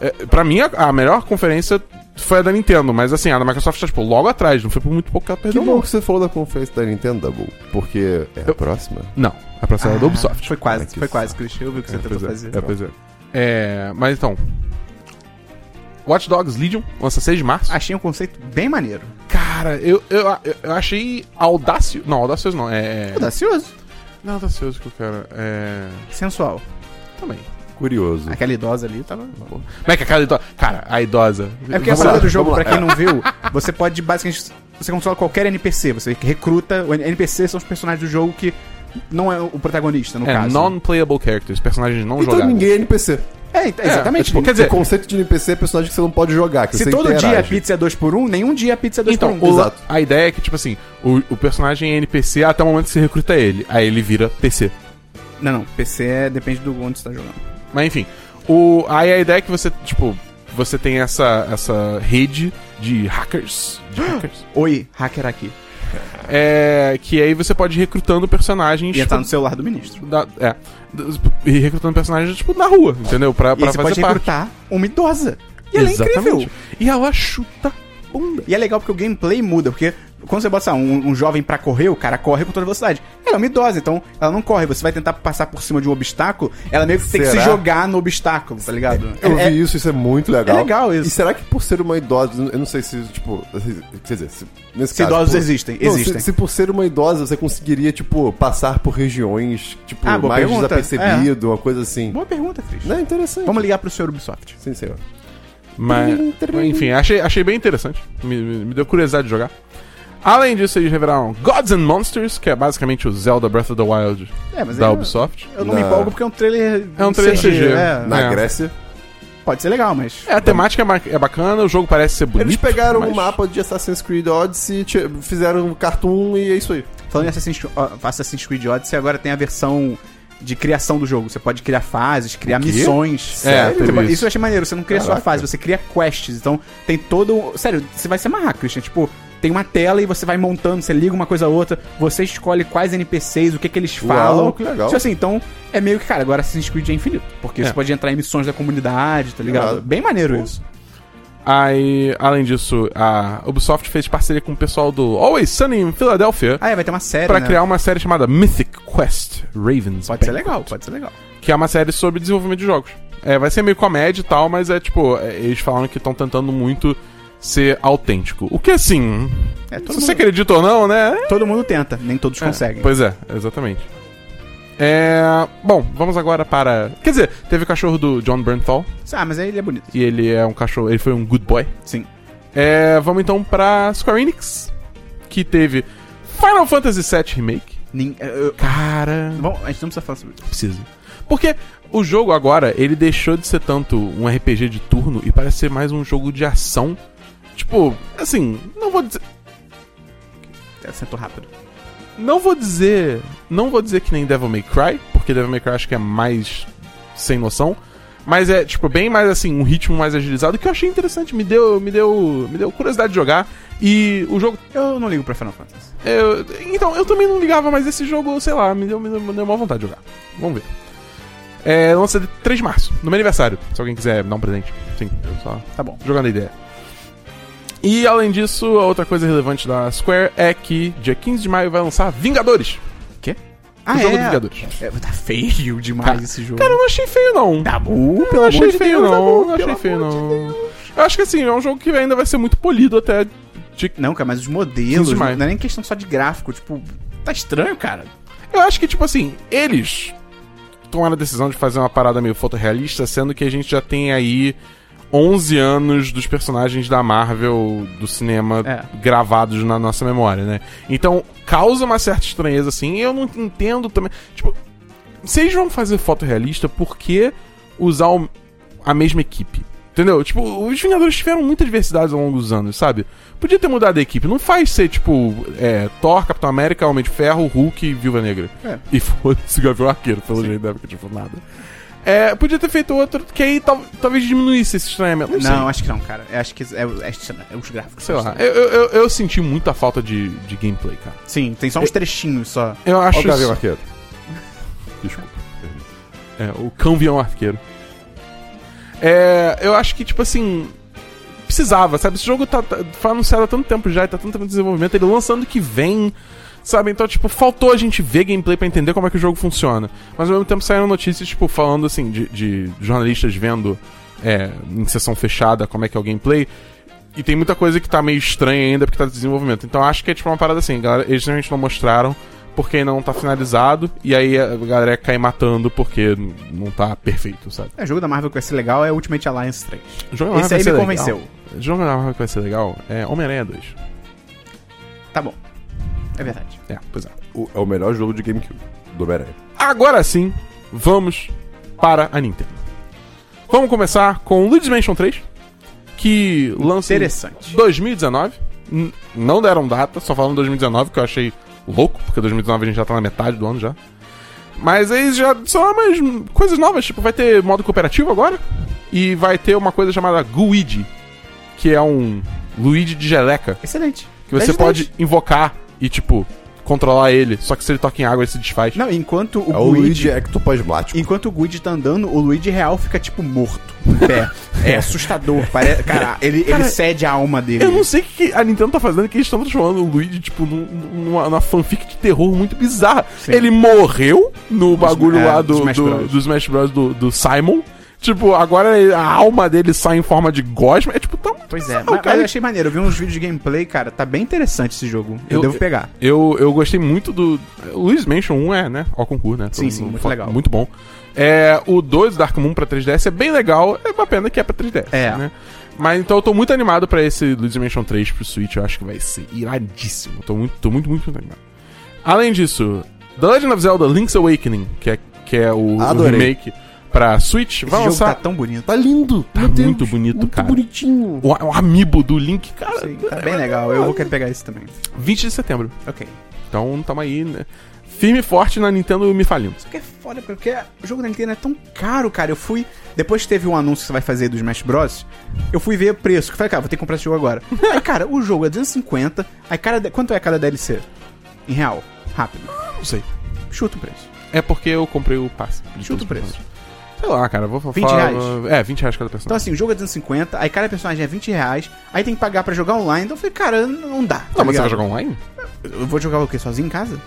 B: É, pra mim, a, a melhor conferência foi a da Nintendo, mas assim, a da Microsoft tá, tipo, logo atrás, não foi por muito pouco que ela
C: Que
B: perdeu,
C: bom
B: não.
C: que você falou da conferência da Nintendo, Dabu, porque é a próxima.
B: Não, a próxima é a da Ubisoft.
A: Foi quase,
C: Ah, que
A: foi quase, Cristian. Eu vi o que você tentou fazer.
B: É, pois é. É, mas então. Watch Dogs Legion, lança 6 de março.
A: Achei um conceito bem maneiro.
B: Ah, Cara, eu, eu, eu- eu achei audácio. Não, audacioso não, é.
A: Audacioso.
B: Não, audacioso que eu quero. É.
A: Sensual.
B: Também.
C: Curioso.
A: Aquela idosa ali tava.
B: Como é que aquela idosa. Cara, a idosa.
A: É porque a
C: Vamos
A: parada
C: lá,
A: do jogo,
C: vamos
A: pra
C: lá.
A: quem não viu, você pode basicamente. Você controla qualquer NPC, você recruta. O NPC são os personagens do jogo que não é o protagonista, no
B: É,
A: caso.
B: non-playable characters, personagens não
C: Então
B: jogáveis.
C: ninguém é NPC.
A: É, então, exatamente.
B: É, tipo, quer dizer,
C: o conceito de NPC é personagem que você não pode jogar, que
A: se
C: você
A: todo dia a
C: interage.
A: pizza é 2x1, nenhum dia a pizza é 2x1.
B: Então, o-
C: Exato.
B: a ideia é que, tipo assim, o, o personagem é NPC até o momento que você recruta ele. Aí ele vira PC.
A: Não, não. PC é, depende do onde você tá jogando.
B: Mas enfim. O, aí a ideia é que você, tipo, você tem essa, essa rede de hackers. De hackers.
A: Oi, hacker aqui.
B: é, que aí você pode ir recrutando personagens.
A: Ia
B: tipo,
A: estar no celular do ministro.
B: da, é, dos- e recrutando personagens, tipo, na rua, entendeu? Pra,
A: E aí
B: pra
A: você
B: fazer
A: pode
B: parte.
A: recrutar uma idosa. E ela é incrível.
B: E ela chuta bunda.
A: E é legal porque o gameplay muda, porque quando você bota sabe, um, um jovem pra correr, o cara corre com toda velocidade. Ela é uma idosa, então ela não corre. Você vai tentar passar por cima de um obstáculo, ela meio que tem que
C: Será?
A: se jogar no obstáculo, tá ligado?
C: Eu
A: É-
C: vi isso, isso é muito legal.
A: é legal isso.
C: E será que por ser uma idosa, eu não sei se, tipo, se- quer dizer, se, nesse
A: Se
C: caso,
A: idosos
C: por-
A: existem,
C: Não, se-
A: existem.
C: Se, por ser uma idosa, você conseguiria, tipo, passar por regiões, tipo,
A: Ah, boa
C: mais
A: pergunta. É.
C: desapercebido, uma coisa assim.
A: Boa pergunta, Cris.
C: Não é interessante.
A: Vamos ligar pro senhor Ubisoft.
C: Sim, senhor.
B: Mas, enfim, achei, achei bem interessante. Me, me- me deu curiosidade de jogar. Além disso, eles revelaram Gods and Monsters, que é basicamente o Zelda Breath of the Wild
A: É, mas
B: da
A: eu-
B: Ubisoft.
A: Eu não me
C: Na-
A: empolgo porque é um trailer.
B: É um trailer CG.
A: é.
C: Na
B: É.
C: Grécia,
A: Pode ser legal, mas.
B: É, a temática é, ma- é bacana, o jogo parece ser bonito.
C: eles pegaram
B: mas-
C: um mapa de Assassin's Creed Odyssey, ti- fizeram um cartoon e é isso aí.
A: Falando em Assassin's, ó, Assassin's Creed Odyssey, agora tem a versão de criação do jogo. Você pode criar fases, criar
C: quê?
A: missões.
B: É,
A: Você
B: teve
A: pode-
B: isso.
A: isso eu achei maneiro. Você não cria só a
C: Caraca.
A: fase, você cria quests. Então tem todo. Sério, você vai se amarrar, Christian. Tipo, tem uma tela e você vai montando, você liga uma coisa a outra, você escolhe quais NPCs, o que que eles
C: Uau,
A: falam.
C: que legal.
A: Tipo assim, então é meio que, cara, agora Assassin's Creed é infinito. Porque
B: É.
A: você pode entrar em missões da comunidade, tá ligado?
C: Irado.
A: Bem maneiro isso.
B: Aí, além disso, a Ubisoft fez parceria com o pessoal do Always Sunny em Filadélfia
A: Ah, é, vai ter uma série.
B: pra
A: né?
B: criar um uma série chamada Mythic Quest Ravens.
A: Pode ser
B: Banquet,
A: legal, pode ser legal.
B: Que é uma série sobre desenvolvimento de jogos. É, vai ser meio comédia e tal, mas é tipo, é, eles falaram que estão tentando muito ser autêntico. O que assim,
A: É, todo,
B: se você
A: mundo,
B: acredita ou não, né?
A: todo mundo tenta, nem todos conseguem.
B: Pois é, exatamente. É. Bom, vamos agora para. Quer dizer, teve o cachorro do John Bernthal,
A: Ah, mas aí ele é bonito.
B: e ele é um cachorro. Ele foi um good boy.
A: Sim.
B: É. Vamos então pra Square Enix, que teve Final Fantasy VII Remake.
A: Nin- eu- eu-
B: Cara.
A: Bom, a gente não precisa falar sobre isso.
B: Precisa. Porque o jogo agora, ele deixou de ser tanto um RPG de turno e parece ser mais um jogo de ação. Tipo, assim, não vou dizer.
A: É, Sentou rápido.
B: Não vou dizer. Não vou dizer que nem Devil May Cry, porque Devil May Cry acho que é mais sem noção. Mas é, tipo, bem mais assim, um ritmo mais agilizado, que eu achei interessante, me deu. Me deu. Me deu curiosidade de jogar. E o jogo.
A: Eu não ligo pra Final Fantasy.
B: eu- então, eu também não ligava, mas esse jogo, sei lá, me deu, me deu, me deu uma vontade de jogar. Vamos ver. É, lança de 3 de março, no meu aniversário, se alguém quiser me dar um presente. Sim, eu só
A: Tá bom.
B: jogando a ideia. E além disso, a outra coisa relevante da Square é que dia 15 de maio vai lançar Vingadores.
A: Ah,
B: o jogo dos
A: é?
B: Vingadores.
A: É, tá feio demais esse jogo.
B: Cara, eu não achei feio, não.
A: tá bom,
B: eu não achei feio, não.
A: tá bom,
B: não achei
A: pelo
B: feio,
A: amor de
B: não. Eu acho que assim, é um jogo que ainda vai ser muito polido até Tic-
A: Não, cara, mas os modelos.
B: 15 de
A: Não
B: maio.
A: é nem questão só de gráfico. Tipo, tá estranho, cara.
B: Eu acho que, tipo assim, eles tomaram a decisão de fazer uma parada meio fotorrealista, sendo que a gente já tem aí 11 anos dos personagens da Marvel do cinema
A: É.
B: gravados na nossa memória, né? Então, causa uma certa estranheza, assim, e eu não entendo também. Tipo, vocês vão fazer fotorrealista por que usar o- a mesma equipe? Entendeu? Tipo, os Vingadores tiveram muita diversidade ao longo dos anos, sabe? Podia ter mudado a equipe. Não faz ser, tipo, é, Thor, Capitão América, Homem de Ferro, Hulk e Viúva Negra.
A: É.
B: E foda-se o Gavião Arqueiro, pelo jeito da época, tipo, nada. É, podia ter feito outro, que aí tal- talvez diminuísse esse estranhamento. Não, sei.
A: Não, é acho que não, cara. Eu acho que é, é- é os gráficos.
B: Sei lá. Eu, eu, eu- eu senti muita falta de, de gameplay, cara.
A: Sim, tem só uns trechinhos só.
B: Eu
C: Olha
B: acho.
C: o Gavião
B: isso-
C: Arqueiro. Desculpa.
B: É, o cão vião arqueiro. É, eu acho que, tipo assim. Precisava, sabe? Esse jogo tá, tá- foi anunciado há tanto tempo já, e tá tanto tempo de desenvolvimento, ele lançando que vem, sabe? Então, tipo, faltou a gente ver gameplay pra entender como é que o jogo funciona. Mas ao mesmo tempo saíram notícias, tipo, falando assim, de, de jornalistas vendo é, em sessão fechada como é que é o gameplay. E tem muita coisa que tá meio estranha ainda porque tá em desenvolvimento. Então acho que é tipo uma parada assim, galera, eles realmente não mostraram porque ainda não tá finalizado. E aí a galera cai matando porque n- não tá perfeito, sabe?
A: É, o jogo da Marvel que vai ser legal é Ultimate Alliance 3.
B: Jogo da Marvel
A: Esse
B: vai
A: aí
B: ser
A: me
B: legal.
A: convenceu.
B: Jogo da Marvel que vai ser legal é Homem-Aranha 2.
A: Tá bom. É verdade.
B: É, pois é.
C: O- é o melhor jogo de GameCube do Homem-Aranha.
B: Agora sim, vamos para a Nintendo. Vamos começar com Luigi's Mansion 3, que lança um em
A: Interessante.
B: 2019. N- Não deram data, só falaram 2019, que eu achei louco, porque 2019 a gente já tá na metade do ano já. Mas aí já são umas coisas novas, tipo, vai ter modo cooperativo agora e vai ter uma coisa chamada Guigi, que é um Luigi de geleca,
A: Excelente.
B: que você
A: Resident.
B: pode invocar e, tipo, controlar ele, só que se ele toca em água ele se desfaz.
A: Não, enquanto o,
C: É o
A: Luigi.
C: Luigi ectoplasmático.
A: Enquanto o Luigi tá andando, o Luigi real fica tipo morto. em Pé. É assustador. Parece, cara, ele,
B: Cara,
A: ele cede a alma dele.
B: Eu não sei o que que a Nintendo tá fazendo, que eles estão transformando o Luigi, tipo, num- numa, numa fanfic de terror muito bizarra.
A: Sim.
B: Ele morreu no bagulho
A: é,
B: lá
A: do
B: do,
A: Smash
B: do-
A: Bros.
B: do Smash Bros. do, do Simon. Tipo, agora ele- a alma dele sai em forma de gosma. É tipo, tá muito
A: Pois é,
B: bizarro,
A: mas, mas
B: cara.
A: eu achei maneiro. Eu vi uns vídeos de gameplay, cara. Tá bem interessante esse jogo. Eu,
B: Eu-
A: devo pegar.
B: Eu, eu gostei muito do. O Luigi's Mansion 1 é, né? Ó, concurso, né?
A: Sim,
B: Todo
A: sim,
B: mundo
A: muito
B: fala-
A: legal.
B: Muito bom. É, o 2 Dark Moon pra 3DS é bem legal, é uma pena que é pra 3DS.
A: É.
B: Né? Mas então eu tô muito animado pra esse Luigi's Mansion 3 pro Switch, eu acho que vai ser iradíssimo. Tô muito, tô muito, muito, muito animado. Além disso, The Legend of Zelda Link's Awakening, que é, que é o, o
C: Adorei.
B: remake pra Switch,
A: Esse
B: vai
A: jogo tá
B: lançar.
A: tão bonito.
C: Tá lindo.
B: Tá
C: meu Deus,
B: muito bonito, cara.
C: Muito bonitinho.
B: O, o amiibo do Link, cara.
A: Sim, tá bem legal. Eu vou querer pegar esse também.
B: 20 de setembro.
A: Ok.
B: Então tamo aí, né? Firme e forte na Nintendo me falindo.
A: Isso que é foda, porque o jogo da Nintendo é tão caro, cara. Eu fui. Depois que teve um anúncio que você vai fazer do Smash Bros., eu fui ver o preço. que eu Falei, cara, vou ter que comprar esse jogo agora. aí, cara, o jogo é 250. Aí, cara, quanto é cada DLC? Em real? Rápido.
B: Não sei.
A: Chuta o preço.
B: É porque eu comprei o passe. de
A: Chuta o
B: todos os
A: preço.
B: personagens. Sei lá, cara, vou
A: 20
B: falar.
A: reais.
B: É, 20 reais cada
A: Então,
B: personagem.
A: assim, o jogo é 250. Aí, cada personagem é 20 reais. Aí tem que pagar pra jogar online. Então, eu falei, cara, não dá.
B: não, mas você vai jogar um- online?
A: jogar. Eu vou jogar o quê? Sozinho em casa?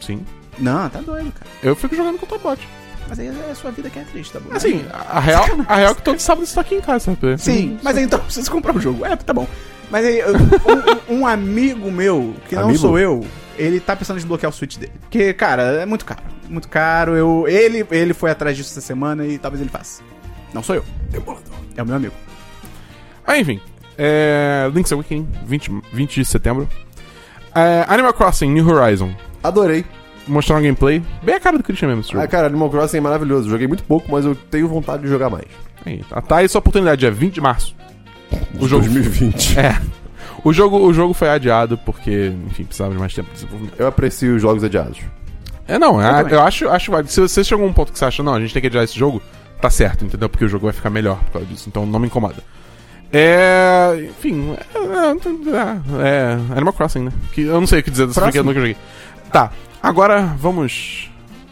B: Sim.
A: Não, tá doido, cara.
B: Eu fico jogando contra o bot.
A: Mas aí é a sua vida que é triste, tá bom?
B: Assim, a a real, a real é que todo sábado você tá aqui em casa, sabe?
A: Sim, mas aí, então eu preciso comprar o jogo. É, tá bom. Mas aí, eu- um, um- um amigo meu, que não
C: Amigo?
A: sou eu, ele tá pensando em desbloquear o Switch dele. Porque, cara, é muito caro. Muito caro. Eu, ele, ele foi atrás disso essa semana e talvez ele faça. Não sou eu. É o meu amigo.
B: Mas enfim. É. Link's Awakening, 20, 20 de setembro. É, Animal Crossing New Horizon.
C: Adorei.
B: Mostraram gameplay. Bem a cara do Christian mesmo, esse jogo.
C: Ah, cara, Animal Crossing é maravilhoso. Joguei muito pouco, mas eu tenho vontade de jogar mais.
B: Aí, tá, tá aí sua oportunidade, é 20 de março. O jogo,
C: 2020.
B: É. o, jogo, o jogo foi adiado porque, enfim, precisava de mais tempo de desenvolvimento.
C: Eu aprecio os jogos adiados.
B: É, não, é-
A: também.
B: eu acho, acho válido. Se você chegou a um ponto que você acha, não, a gente tem que adiar esse jogo, tá certo, entendeu? Porque o jogo vai ficar melhor por causa disso, então não me incomoda. É. Enfim. É, é, é Animal Crossing, né? Que eu não sei o que dizer desse
A: Próximo.
B: brinquedo nunca joguei. Tá, agora vamos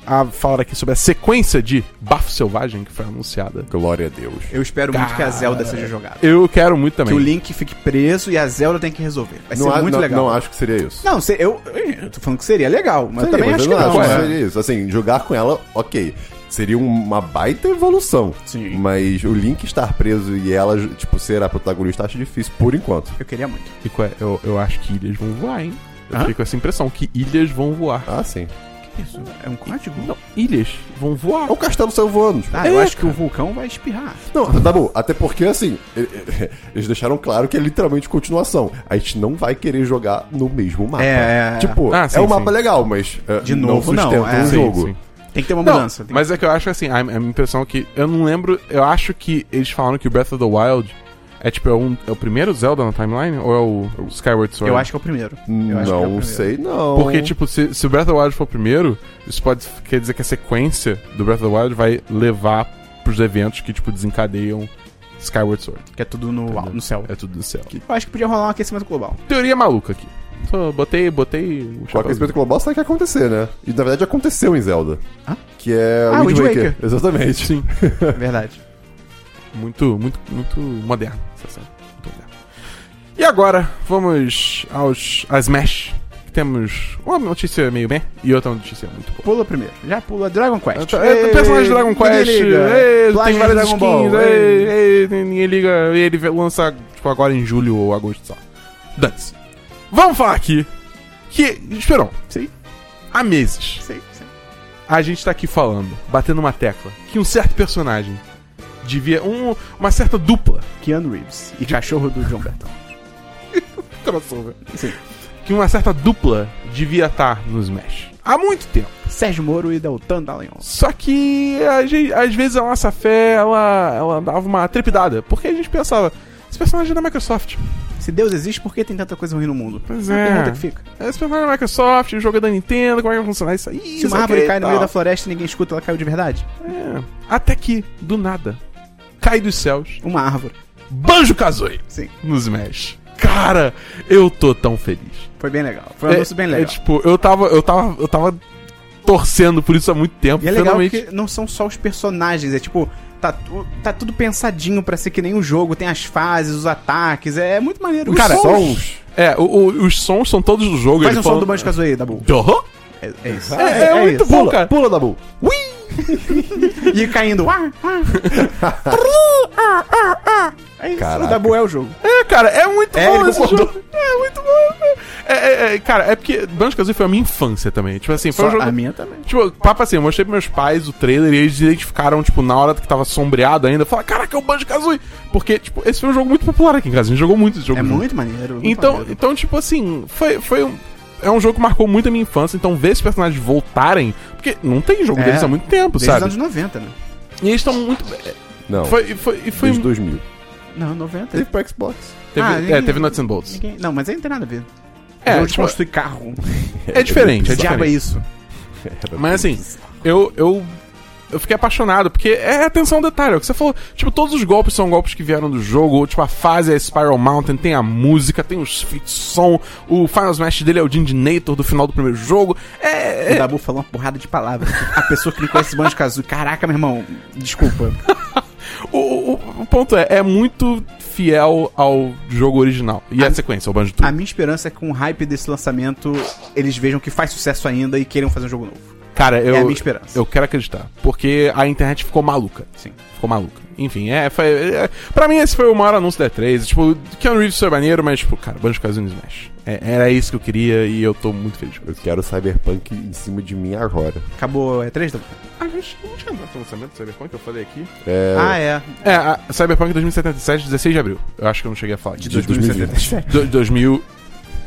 B: a falar aqui sobre a sequência de Bafo Selvagem que foi anunciada.
C: Glória a Deus.
A: Eu espero muito que a Zelda seja jogada.
B: Eu quero muito
A: Que o
B: também.
A: Link fique preso e a Zelda tem que resolver. Vai
C: não,
A: ser
C: a-
A: muito
C: não-
A: legal.
C: não acho que seria isso.
A: Não, se- eu, eu tô falando que seria legal, mas
C: Seria,
A: também
C: mas
A: acho que
C: eu
A: não.
C: acho
A: né?
C: que seria isso. Assim, jogar com ela, ok. Seria uma baita evolução.
A: Sim.
C: Mas o Link estar preso e ela, tipo, ser a protagonista, acho difícil por enquanto.
A: Eu queria muito.
B: Rico, é, eu, eu acho que ilhas vão voar, hein? Eu
A: Hã?
B: fiquei com essa impressão, que ilhas vão voar.
C: Ah, sim.
A: Isso. É um código?
B: Não, ilhas vão voar.
C: O castelo saiu voando.
A: Ah, eu
B: É,
A: acho que
B: cara.
A: o vulcão vai espirrar.
C: Não, tá bom. Até porque, assim, eles deixaram claro que é literalmente continuação. A gente não vai querer jogar no mesmo mapa.
A: É, é, é.
C: Tipo,
B: Ah, sim,
C: é um mapa
B: sim.
C: legal, mas é,
A: De novo, não,
C: sustenta
A: é.
C: um
A: Sim,
C: jogo.
A: Tem que ter uma
B: Não,
A: mudança. tem que-
B: mas é que eu acho assim, a, a minha impressão é que eu não lembro, eu acho que eles falaram que o Breath of the Wild é tipo é, um- é o primeiro Zelda na timeline ou é o, o Skyward Sword?
A: Eu acho que é o primeiro. Eu acho que é o
C: Não
A: primeiro.
C: sei, não.
B: porque tipo se, se o Breath of the Wild for o primeiro, isso pode quer dizer que a sequência do Breath of the Wild vai levar pros eventos que tipo desencadeiam Skyward Sword.
A: Que é tudo no,
B: Entendeu?
A: no céu.
B: É tudo do céu.
A: Eu acho que podia rolar um aquecimento global.
B: Teoria maluca aqui. Só botei, botei o
C: Com aquecimento global, sabe o que ia acontecer, né? E na verdade aconteceu em Zelda.
A: Hã?
C: Que é
A: Ah,
C: Wind
A: Wind
C: Waker.
A: Waker.
C: Exatamente.
B: Sim.
A: É verdade.
B: Muito, muito, muito moderno. essa série. Muito moderno. E agora, vamos aos às Smash. Que temos uma notícia meio bem e outra notícia muito boa.
A: Pula primeiro. Já pula Dragon Quest.
B: Então, é,
A: Ei,
B: o personagem de Dragon
A: ninguém
B: Quest,
A: liga.
B: ei,
A: Plágio
B: tem
A: de
B: várias
A: Dragon
B: skins,
A: Ball,
B: ei,
A: ei.
B: ei, ninguém liga, ele vai lançar tipo, agora em julho ou agosto só. Dance. Vamos falar aqui que, esperão,
A: Sim,
B: há meses
A: sim, sim.
B: a gente tá aqui falando, batendo uma tecla, que um certo personagem devia, um, uma certa dupla
A: Keanu Reeves e cachorro do John Berton.
B: crossover.
A: Sim.
B: Que uma certa dupla devia estar no Smash. Há muito tempo.
A: Sérgio Moro e Deltan Dallagnol.
B: Só que a gente- às vezes a nossa fé ela, ela dava uma trepidada. Porque a gente pensava, esse personagem é da Microsoft.
A: Se Deus existe, por que tem tanta coisa ruim no mundo?
B: Pois
A: Uma
B: é.
A: pergunta que fica.
B: Esse personagem é da Microsoft, o jogo é da Nintendo, como é que vai funcionar isso aí?
A: Se
B: isso
A: uma árvore
B: aqui
A: cai
B: e
A: no meio
B: tal."
A: da floresta e ninguém escuta, ela caiu de verdade?
B: É. Até que, do nada, cai dos céus.
A: Uma árvore.
B: Banjo Kazooie
A: Sim.
B: no Smash. Cara, eu tô tão feliz.
A: Foi bem legal. Foi um anúncio bem legal.
B: É, tipo, eu tava, eu tava, eu tava torcendo por isso há muito tempo.
A: E é legal
B: finalmente.
A: que não são só os personagens, é tipo, tá, tu- tá tudo pensadinho pra ser que nem um jogo, tem as fases, os ataques, é, é muito maneiro.
B: Cara,
A: Os sons.
C: Sons.
B: É, o- o- os sons são todos do jogo.
A: Faz
B: ele
A: um
B: falou-
A: som do Banjo Kazooie, Dabu.
B: Dohô?
A: É, é isso.
B: É, é muito bom,
C: Pula,
B: cara.
C: pula, Dabu.
A: E caindo. ah, ah. é isso,
C: Caraca.
A: o Dabu é o jogo.
B: É, cara, é muito
A: É,
B: bom
A: ele
B: esse
A: concordou.
B: jogo. É muito bom. É, é, é, cara, é porque Banjo Kazooie foi a minha infância também. Tipo assim, foi um
A: Só
B: jogo.
A: a minha também.
B: Tipo, papo assim, eu mostrei pros meus pais o trailer e eles identificaram, tipo, na hora que tava sombreado ainda, falaram, caraca, é o Banjo Kazooie! Porque, tipo, esse foi um jogo muito popular aqui em casa, a gente jogou muito esse jogo.
A: É
B: junto.
A: muito maneiro. muito
B: Então,
A: maneiro.
B: então tipo assim, foi, foi um. É um jogo que marcou muito a minha infância, então ver esses personagens voltarem. Porque não tem jogo
A: É,
B: deles há muito tempo,
A: Desde os
B: sabe?
A: anos 90, né?
B: E eles estão muito.
C: Não,
B: Foi. foi, e foi
C: desde 2000.
A: Não, 90.
C: Teve pro Xbox.
B: teve,
A: Ah,
B: é,
A: ninguém-
B: teve Nuts and Bolts.
A: Ninguém- Não, mas aí não tem nada a ver.
B: É,
A: Jogo de
B: tipo,
A: construir carro.
B: é diferente, é
A: Que diabo é
B: diferente.
A: isso?
B: Mas assim, eu. eu eu fiquei apaixonado, porque é atenção ao detalhe, é o que você falou. Tipo, todos os golpes são golpes que vieram do jogo. ou, Tipo, a fase é Spiral Mountain, tem a música, tem os feats de som. O Final Smash dele é o Dindinator do final do primeiro jogo. É.
A: O
B: é-
A: Dabu falou uma porrada de palavras. A pessoa que não conhece Banjo Kazooie. Caraca, meu irmão. Desculpa.
B: O, o- o ponto é, é muito fiel ao jogo original. E a, sequência, o Banjo
A: A
B: Tooie.
A: minha esperança é que com o hype desse lançamento, eles vejam que faz sucesso ainda e queiram fazer um jogo novo.
B: Cara, eu,
A: a minha esperança.
B: eu quero acreditar. Porque a internet ficou maluca.
A: Sim.
B: Ficou maluca. Enfim, é, foi, é, pra mim esse foi o maior anúncio da E3. Tipo, Keanu Reeves foi maneiro, mas, tipo, cara, Banjo Kazooie no Smash. É, era isso que eu queria e eu tô muito feliz com
C: Eu
B: isso.
C: quero Cyberpunk em cima de mim agora.
A: Acabou é 3 Dabu?
B: Ah, gente, não tinha entrado no lançamento do Cyberpunk que eu falei aqui?
C: É,
A: Ah, é.
B: É, a Cyberpunk 2077, 16 de abril. Eu acho que eu não cheguei a falar.
A: De
B: De
A: 2077.
B: do, 2000...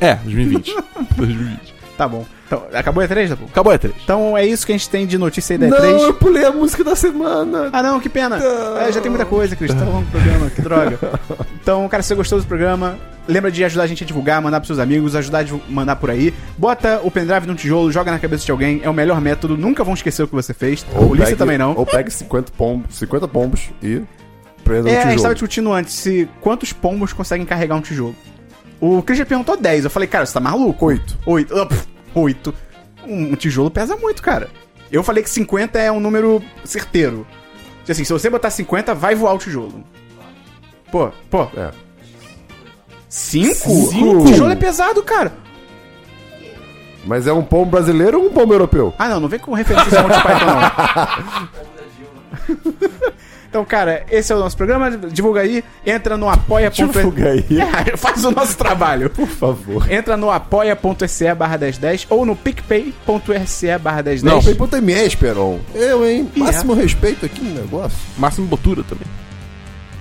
B: É, 2020. 2020.
A: Tá bom. Então, acabou a E3, Dabu?
B: Acabou a E3.
A: Então é isso que a gente tem de notícia aí da
C: Não, eu
A: E3.
C: pulei a música da semana.
A: Ah não, que pena. É, já tem muita coisa, Cris. Tá longo o programa, que droga. Então, cara, se você gostou do programa, lembra de ajudar a gente a divulgar, mandar pros seus amigos, ajudar a divu- mandar por aí. Bota o pendrive num tijolo, joga na cabeça de alguém, é o melhor método, nunca vão esquecer o que você fez. A polícia
C: pegue-
A: também não.
C: Ou pegue 50 pombos, 50 pombos e prenda
A: É, a
C: no
A: gente tava
C: tijolo.
A: discutindo antes se quantos pombos conseguem carregar um tijolo. O Christian perguntou 10. Eu falei, cara, você tá maluco?
C: Oito.
A: Oito. Ah, pff, Oito. Um, um tijolo pesa muito, cara. Eu falei que 50 é um número certeiro. Tipo Assim, se você botar 50, vai voar o tijolo. Pô, pô.
C: É.
A: 5?
C: Cinco?
A: Tijolo é pesado, cara.
C: Mas é um pão brasileiro ou um pão europeu?
A: Ah, não, não vem com referência a Monty Python, não. então, cara, esse é o nosso programa. Divulga aí. Entra no apoia.se.
C: Divulga aí,
A: É, faz o nosso trabalho.
C: por favor.
A: Entra no apoia.se barra 1010 ou no picpay.se barra 1010.
B: Não.
C: Pay também é Esperon. Eu, hein?
A: Ih,
C: Máximo respeito aqui no negócio.
B: Máximo Botura também.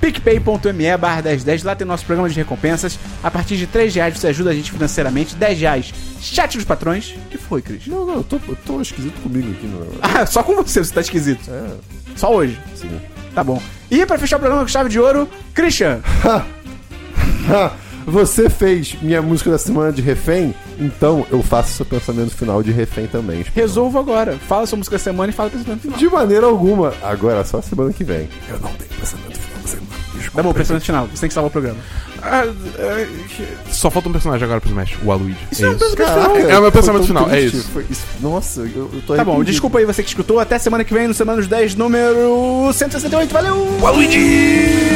A: picpay.me barra 1010, lá tem nosso programa de recompensas. A partir de 3 reais você ajuda a gente financeiramente. 10 reais, chat dos patrões. que foi, Cris?
C: Não, não, eu tô, eu tô esquisito comigo aqui no negócio.
A: Ah, só com você, você tá esquisito.
C: É.
A: Só hoje.
C: Sim.
A: Tá bom. E pra fechar o programa com chave de ouro, Christian.
C: Ah, Você fez minha música da semana de refém, então eu faço seu pensamento final de refém também.
A: Resolvo agora. Fala sua música da semana e fala o pensamento final.
C: De maneira alguma. Agora, só semana que vem. Eu não tenho pensamento final da semana.
A: Tá bom, pensamento final. Você tem que salvar o programa.
B: Ah, é, só falta um personagem agora pro Smash, o Aluigi.
A: Isso é um pensamento
C: Caraca,
B: É o meu
C: foi
B: pensamento
C: tão
B: final, é
C: triste,
B: isso.
C: foi Nossa, eu, eu tô
A: Tá bom,
C: arrependido.
A: desculpa aí você que escutou. Até semana que vem no Semana dos 10, número 168. Valeu!
B: Aluigi!